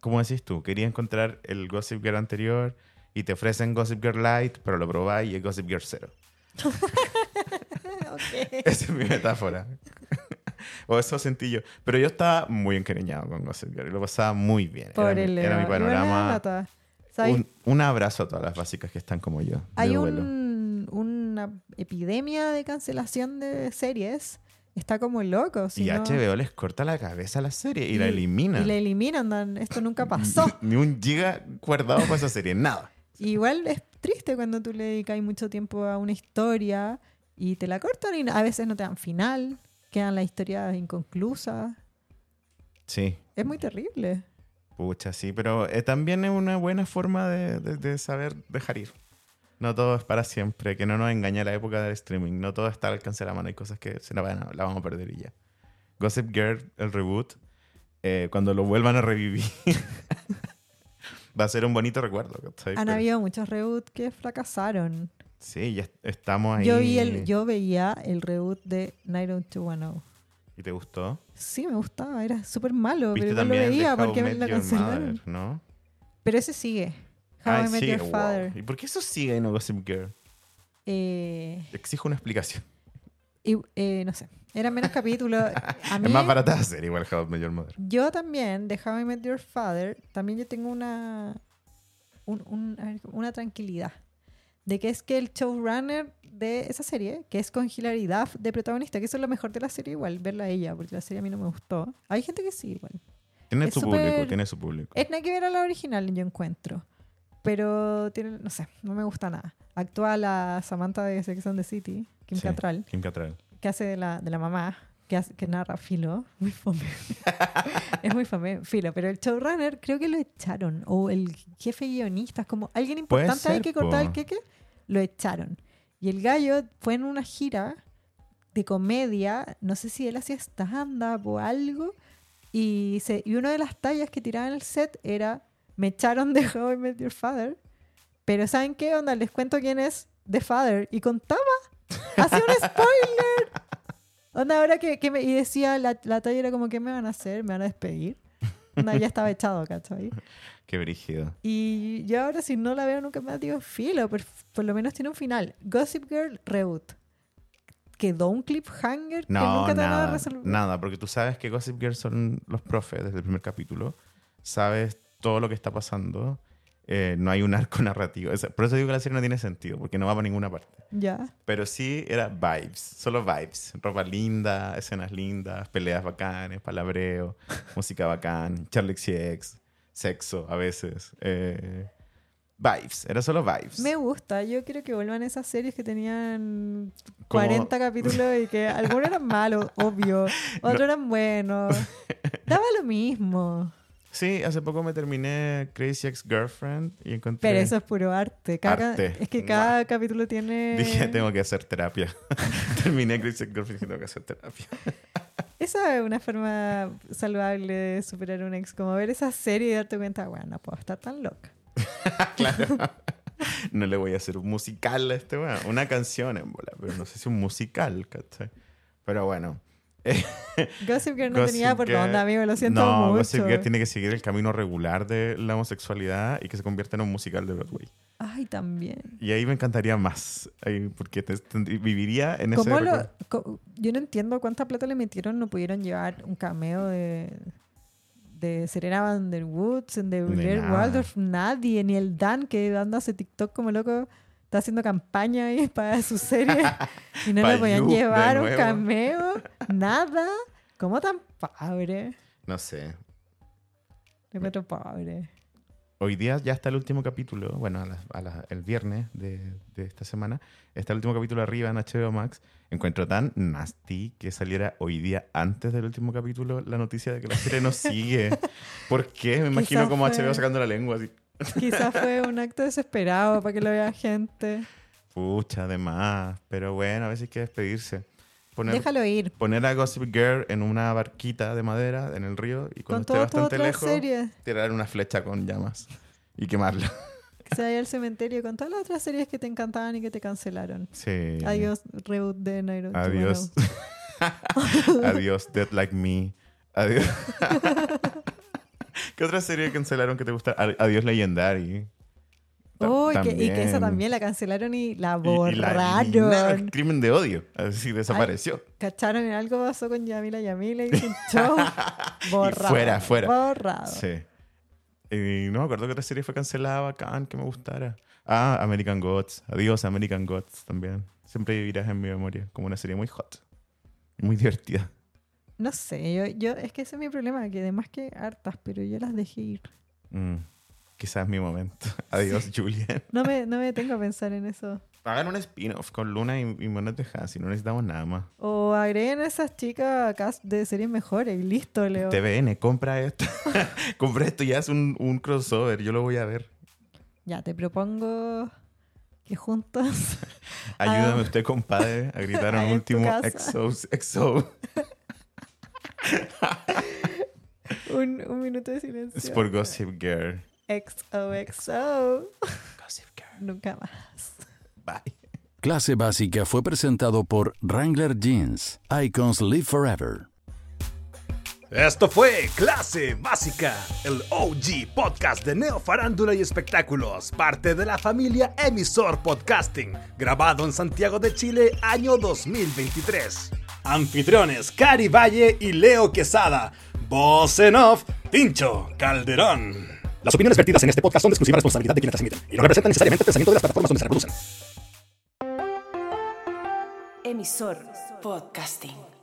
S3: ¿Cómo decís tú? Quería encontrar el Gossip Girl anterior y te ofrecen Gossip Girl Light, pero lo probáis y es Gossip Girl Zero. Esa es mi metáfora. o eso sentí yo. Pero yo estaba muy encariñado con Gossip Girl y lo pasaba muy bien. Era
S2: Por
S3: mi-
S2: el
S3: era, mi panorama. Un, un abrazo a todas las básicas que están como yo. de
S2: Hay
S3: duelo.
S2: un- una epidemia de cancelación de series. Está como loco. si
S3: Y
S2: no-
S3: HBO les corta la cabeza a la serie y, la elimina.
S2: Y la eliminan. dan, Esto nunca pasó.
S3: Ni un giga guardado para esa serie, nada.
S2: Igual es triste cuando tú le dedicas mucho tiempo a una historia y te la cortan y a veces no te dan final, quedan las historias inconclusas.
S3: Sí,
S2: Es muy terrible.
S3: Pucha, sí, pero eh, también es una buena forma de, de- de saber dejar ir. No todo es para siempre, que no nos engañe la época del streaming, no todo está al alcance de la mano, hay cosas que se la, van a- la vamos a perder y ya. Gossip Girl, el reboot, eh, cuando lo vuelvan a revivir, va a ser un bonito recuerdo. ¿cachai?
S2: Han
S3: Pero-
S2: habido muchos reboot que fracasaron.
S3: Sí, ya est- estamos ahí.
S2: Yo, vi el, yo veía el reboot de 90210.
S3: ¿Y te gustó?
S2: Sí, me gustaba, era súper malo, pero
S3: Viste
S2: igual lo
S3: también de
S2: veía
S3: How
S2: porque me
S3: Met
S2: lo
S3: Your
S2: cancelaron.
S3: Mother, ¿no?
S2: Pero ese sigue. How
S3: Ay,
S2: I Met
S3: sí,
S2: Your
S3: wow.
S2: Father.
S3: ¿Y por qué eso sigue en Gossip Girl?
S2: Eh,
S3: Exijo una explicación.
S2: y, eh, no sé, eran menos capítulos. A mí,
S3: Es más barata hacer igual How I Met Your Mother.
S2: Yo también, de How I Met Your Father, también yo tengo una, un- un- a ver, una tranquilidad. De que es que el showrunner de esa serie, que es con Hilary Duff de protagonista, que eso es lo mejor de la serie igual, verla a ella, porque la serie a mí no me gustó. Hay gente que sí igual.
S3: Tiene
S2: Es
S3: su
S2: súper- Eh,
S3: público, tiene su público.
S2: Es nada que ver a la original, yo encuentro. Pero tiene, no sé, no me gusta nada. Actúa la Samantha de Sex and the City, Kim
S3: Sí,
S2: Cattrall,
S3: Kim Cattrall.
S2: que hace de la, de la mamá, que, hace- que narra Filo. Muy fome. es muy fome, Filo. Pero el showrunner creo que lo echaron. O el jefe guionista, es como alguien
S3: Puede
S2: importante hay
S3: ser,
S2: que cortar
S3: po.
S2: el queque, lo echaron. Y el gallo fue en una gira de comedia, no sé si él hacía stand-up o algo, y, se, y una de las tallas que tiraban al set era, me echaron de How I Met Your Father, pero ¿saben qué onda? Les cuento quién es The Father, y contaba, hacía un spoiler. Onda, ahora que, que me- y decía, la, la talla era como, ¿qué me van a hacer? ¿Me van a despedir? Onda, ya estaba echado, ¿cachai?
S3: Qué brígido.
S2: Y yo ahora si no la veo nunca más digo, filo, por, por lo menos tiene un final. Gossip Girl Reboot. Quedó un cliffhanger que
S3: No,
S2: nunca te van a
S3: nada,
S2: resolver.
S3: nada, porque tú sabes que Gossip Girl son los profes desde el primer capítulo. Sabes todo lo que está pasando. Eh, no hay un arco narrativo. O sea, por eso digo que la serie no tiene sentido, porque no va para ninguna parte.
S2: Ya.
S3: Pero sí era vibes, solo vibes. Ropa linda, escenas lindas, peleas bacanes, palabreo, música bacán, Charlie XCX, sexo a veces. eh, vibes, era solo vibes.
S2: Me gusta. Yo quiero que vuelvan esas series que tenían
S3: Como-
S2: 40 capítulos y que algunos eran malos, obvio. Otros eran buenos. Daba lo mismo.
S3: Sí, hace poco me terminé Crazy Ex Girlfriend y encontré.
S2: Pero eso es puro arte. Cada-
S3: Arte.
S2: Es que cada
S3: Mua.
S2: capítulo tiene...
S3: Dije, tengo que hacer terapia. terminé Crazy Ex Girlfriend y dije, tengo que hacer terapia.
S2: Esa es una forma saludable de superar un ex, como ver esa serie y darte cuenta, bueno, no puedo estar tan loca.
S3: claro. No le voy a hacer un musical a este weón. Una canción en bola, pero no sé si un musical, ¿cachai? Pero bueno.
S2: Gossip Girl no
S3: Gossip
S2: tenía por
S3: Girl-
S2: dónde, amigo, lo siento
S3: no,
S2: mucho.
S3: Gossip Girl tiene que seguir el camino regular de la homosexualidad y que se convierta en un musical de Broadway.
S2: Ay, también.
S3: Y ahí me encantaría más, ahí, porque te- te- viviría en ese...
S2: ¿Cómo lo-
S3: recuerdo.
S2: co- yo no entiendo cuánta plata le metieron, no pudieron llevar un cameo de, de Serena Van der Woods, de Blair
S3: nada.
S2: Waldorf, nadie, ni el Dan que anda hace TikTok como loco, está haciendo campaña ahí para su serie y no
S3: Pa'
S2: le podían
S3: You, de
S2: llevar un
S3: nuevo.
S2: cameo, nada. ¿Cómo tan pobre?
S3: No sé.
S2: Le
S3: Eh.
S2: encuentro pobre.
S3: Hoy día ya está el último capítulo, bueno, a las- a las- el viernes de, de esta semana, está el último capítulo arriba en HBO Max. Encuentro tan nasty que saliera hoy día antes del último capítulo la noticia de que la serie no sigue. ¿Por qué? Me imagino
S2: Quizás
S3: como
S2: fue-
S3: HBO sacando la lengua así.
S2: Quizás fue un acto desesperado para que lo vea gente.
S3: Pucha, además. Pero bueno, a veces hay que despedirse. Poner,
S2: Déjalo ir.
S3: poner a Gossip Girl en una barquita de madera en el río y
S2: Con
S3: cuando esté
S2: todas tus
S3: bastante
S2: otras
S3: lejos,
S2: series.
S3: tirar una flecha con llamas y quemarla.
S2: Que se vaya al cementerio con todas las otras series que te encantaban y que te cancelaron.
S3: Sí.
S2: Adiós, reboot de Nairobi.
S3: Adiós. Adiós, Dead Like Me. Adiós. ¿Qué otra serie cancelaron que te gusta? Ad- Adiós, Legendary. Ta-
S2: Uy, que- y que esa también la cancelaron y la
S3: Y- y la eliminaron,
S2: borraron.
S3: crimen de odio. Así desapareció.
S2: Cacharon en algo, pasó con Yamila Yamila y un show. borrado.
S3: fuera, fuera.
S2: Borrado.
S3: Sí. Y no me acuerdo que otra serie fue cancelada bacán que me gustara. Ah, American Gods. Adiós, American Gods también. Siempre vivirás en mi memoria como una serie muy hot. Muy divertida.
S2: No sé, yo, yo, es que ese es mi problema, que además que hartas, pero yo las dejé ir.
S3: Mm. Quizás es mi momento. Adiós, Julian.
S2: No me, no me detengo a pensar en eso.
S3: Hagan un spin-off con Luna y, y Monet de Hansi. No necesitamos nada más.
S2: O agreguen a esas chicas a cast de series mejores y listo, Leo.
S3: TVN, compra esto. compra esto y haz un, un crossover. Yo lo voy a ver.
S2: Ya, te propongo que juntos
S3: Ayúdame
S2: Ah.
S3: usted, compadre, a gritar un
S2: En tu
S3: último
S2: casa.
S3: exo, exo.
S2: un, un minuto de
S3: Es
S2: silencio.
S3: por Gossip Girl.
S2: XOXO.
S3: Gossip Girl.
S2: Nunca más.
S3: Bye.
S5: Clase Básica fue presentado por Wrangler Jeans. Icons Live Forever.
S4: Esto fue Clase Básica, el OG podcast de Neo Farándula y Espectáculos, parte de la familia Emisor Podcasting, grabado en Santiago de Chile año 2023. Anfitriones Cari Valle y Leo Quesada. Voz en off, Pincho Calderón. Las opiniones vertidas en este podcast son de exclusiva responsabilidad de quienes las emiten y no representan necesariamente el pensamiento de las plataformas donde se reproducen.
S1: Emisor Podcasting.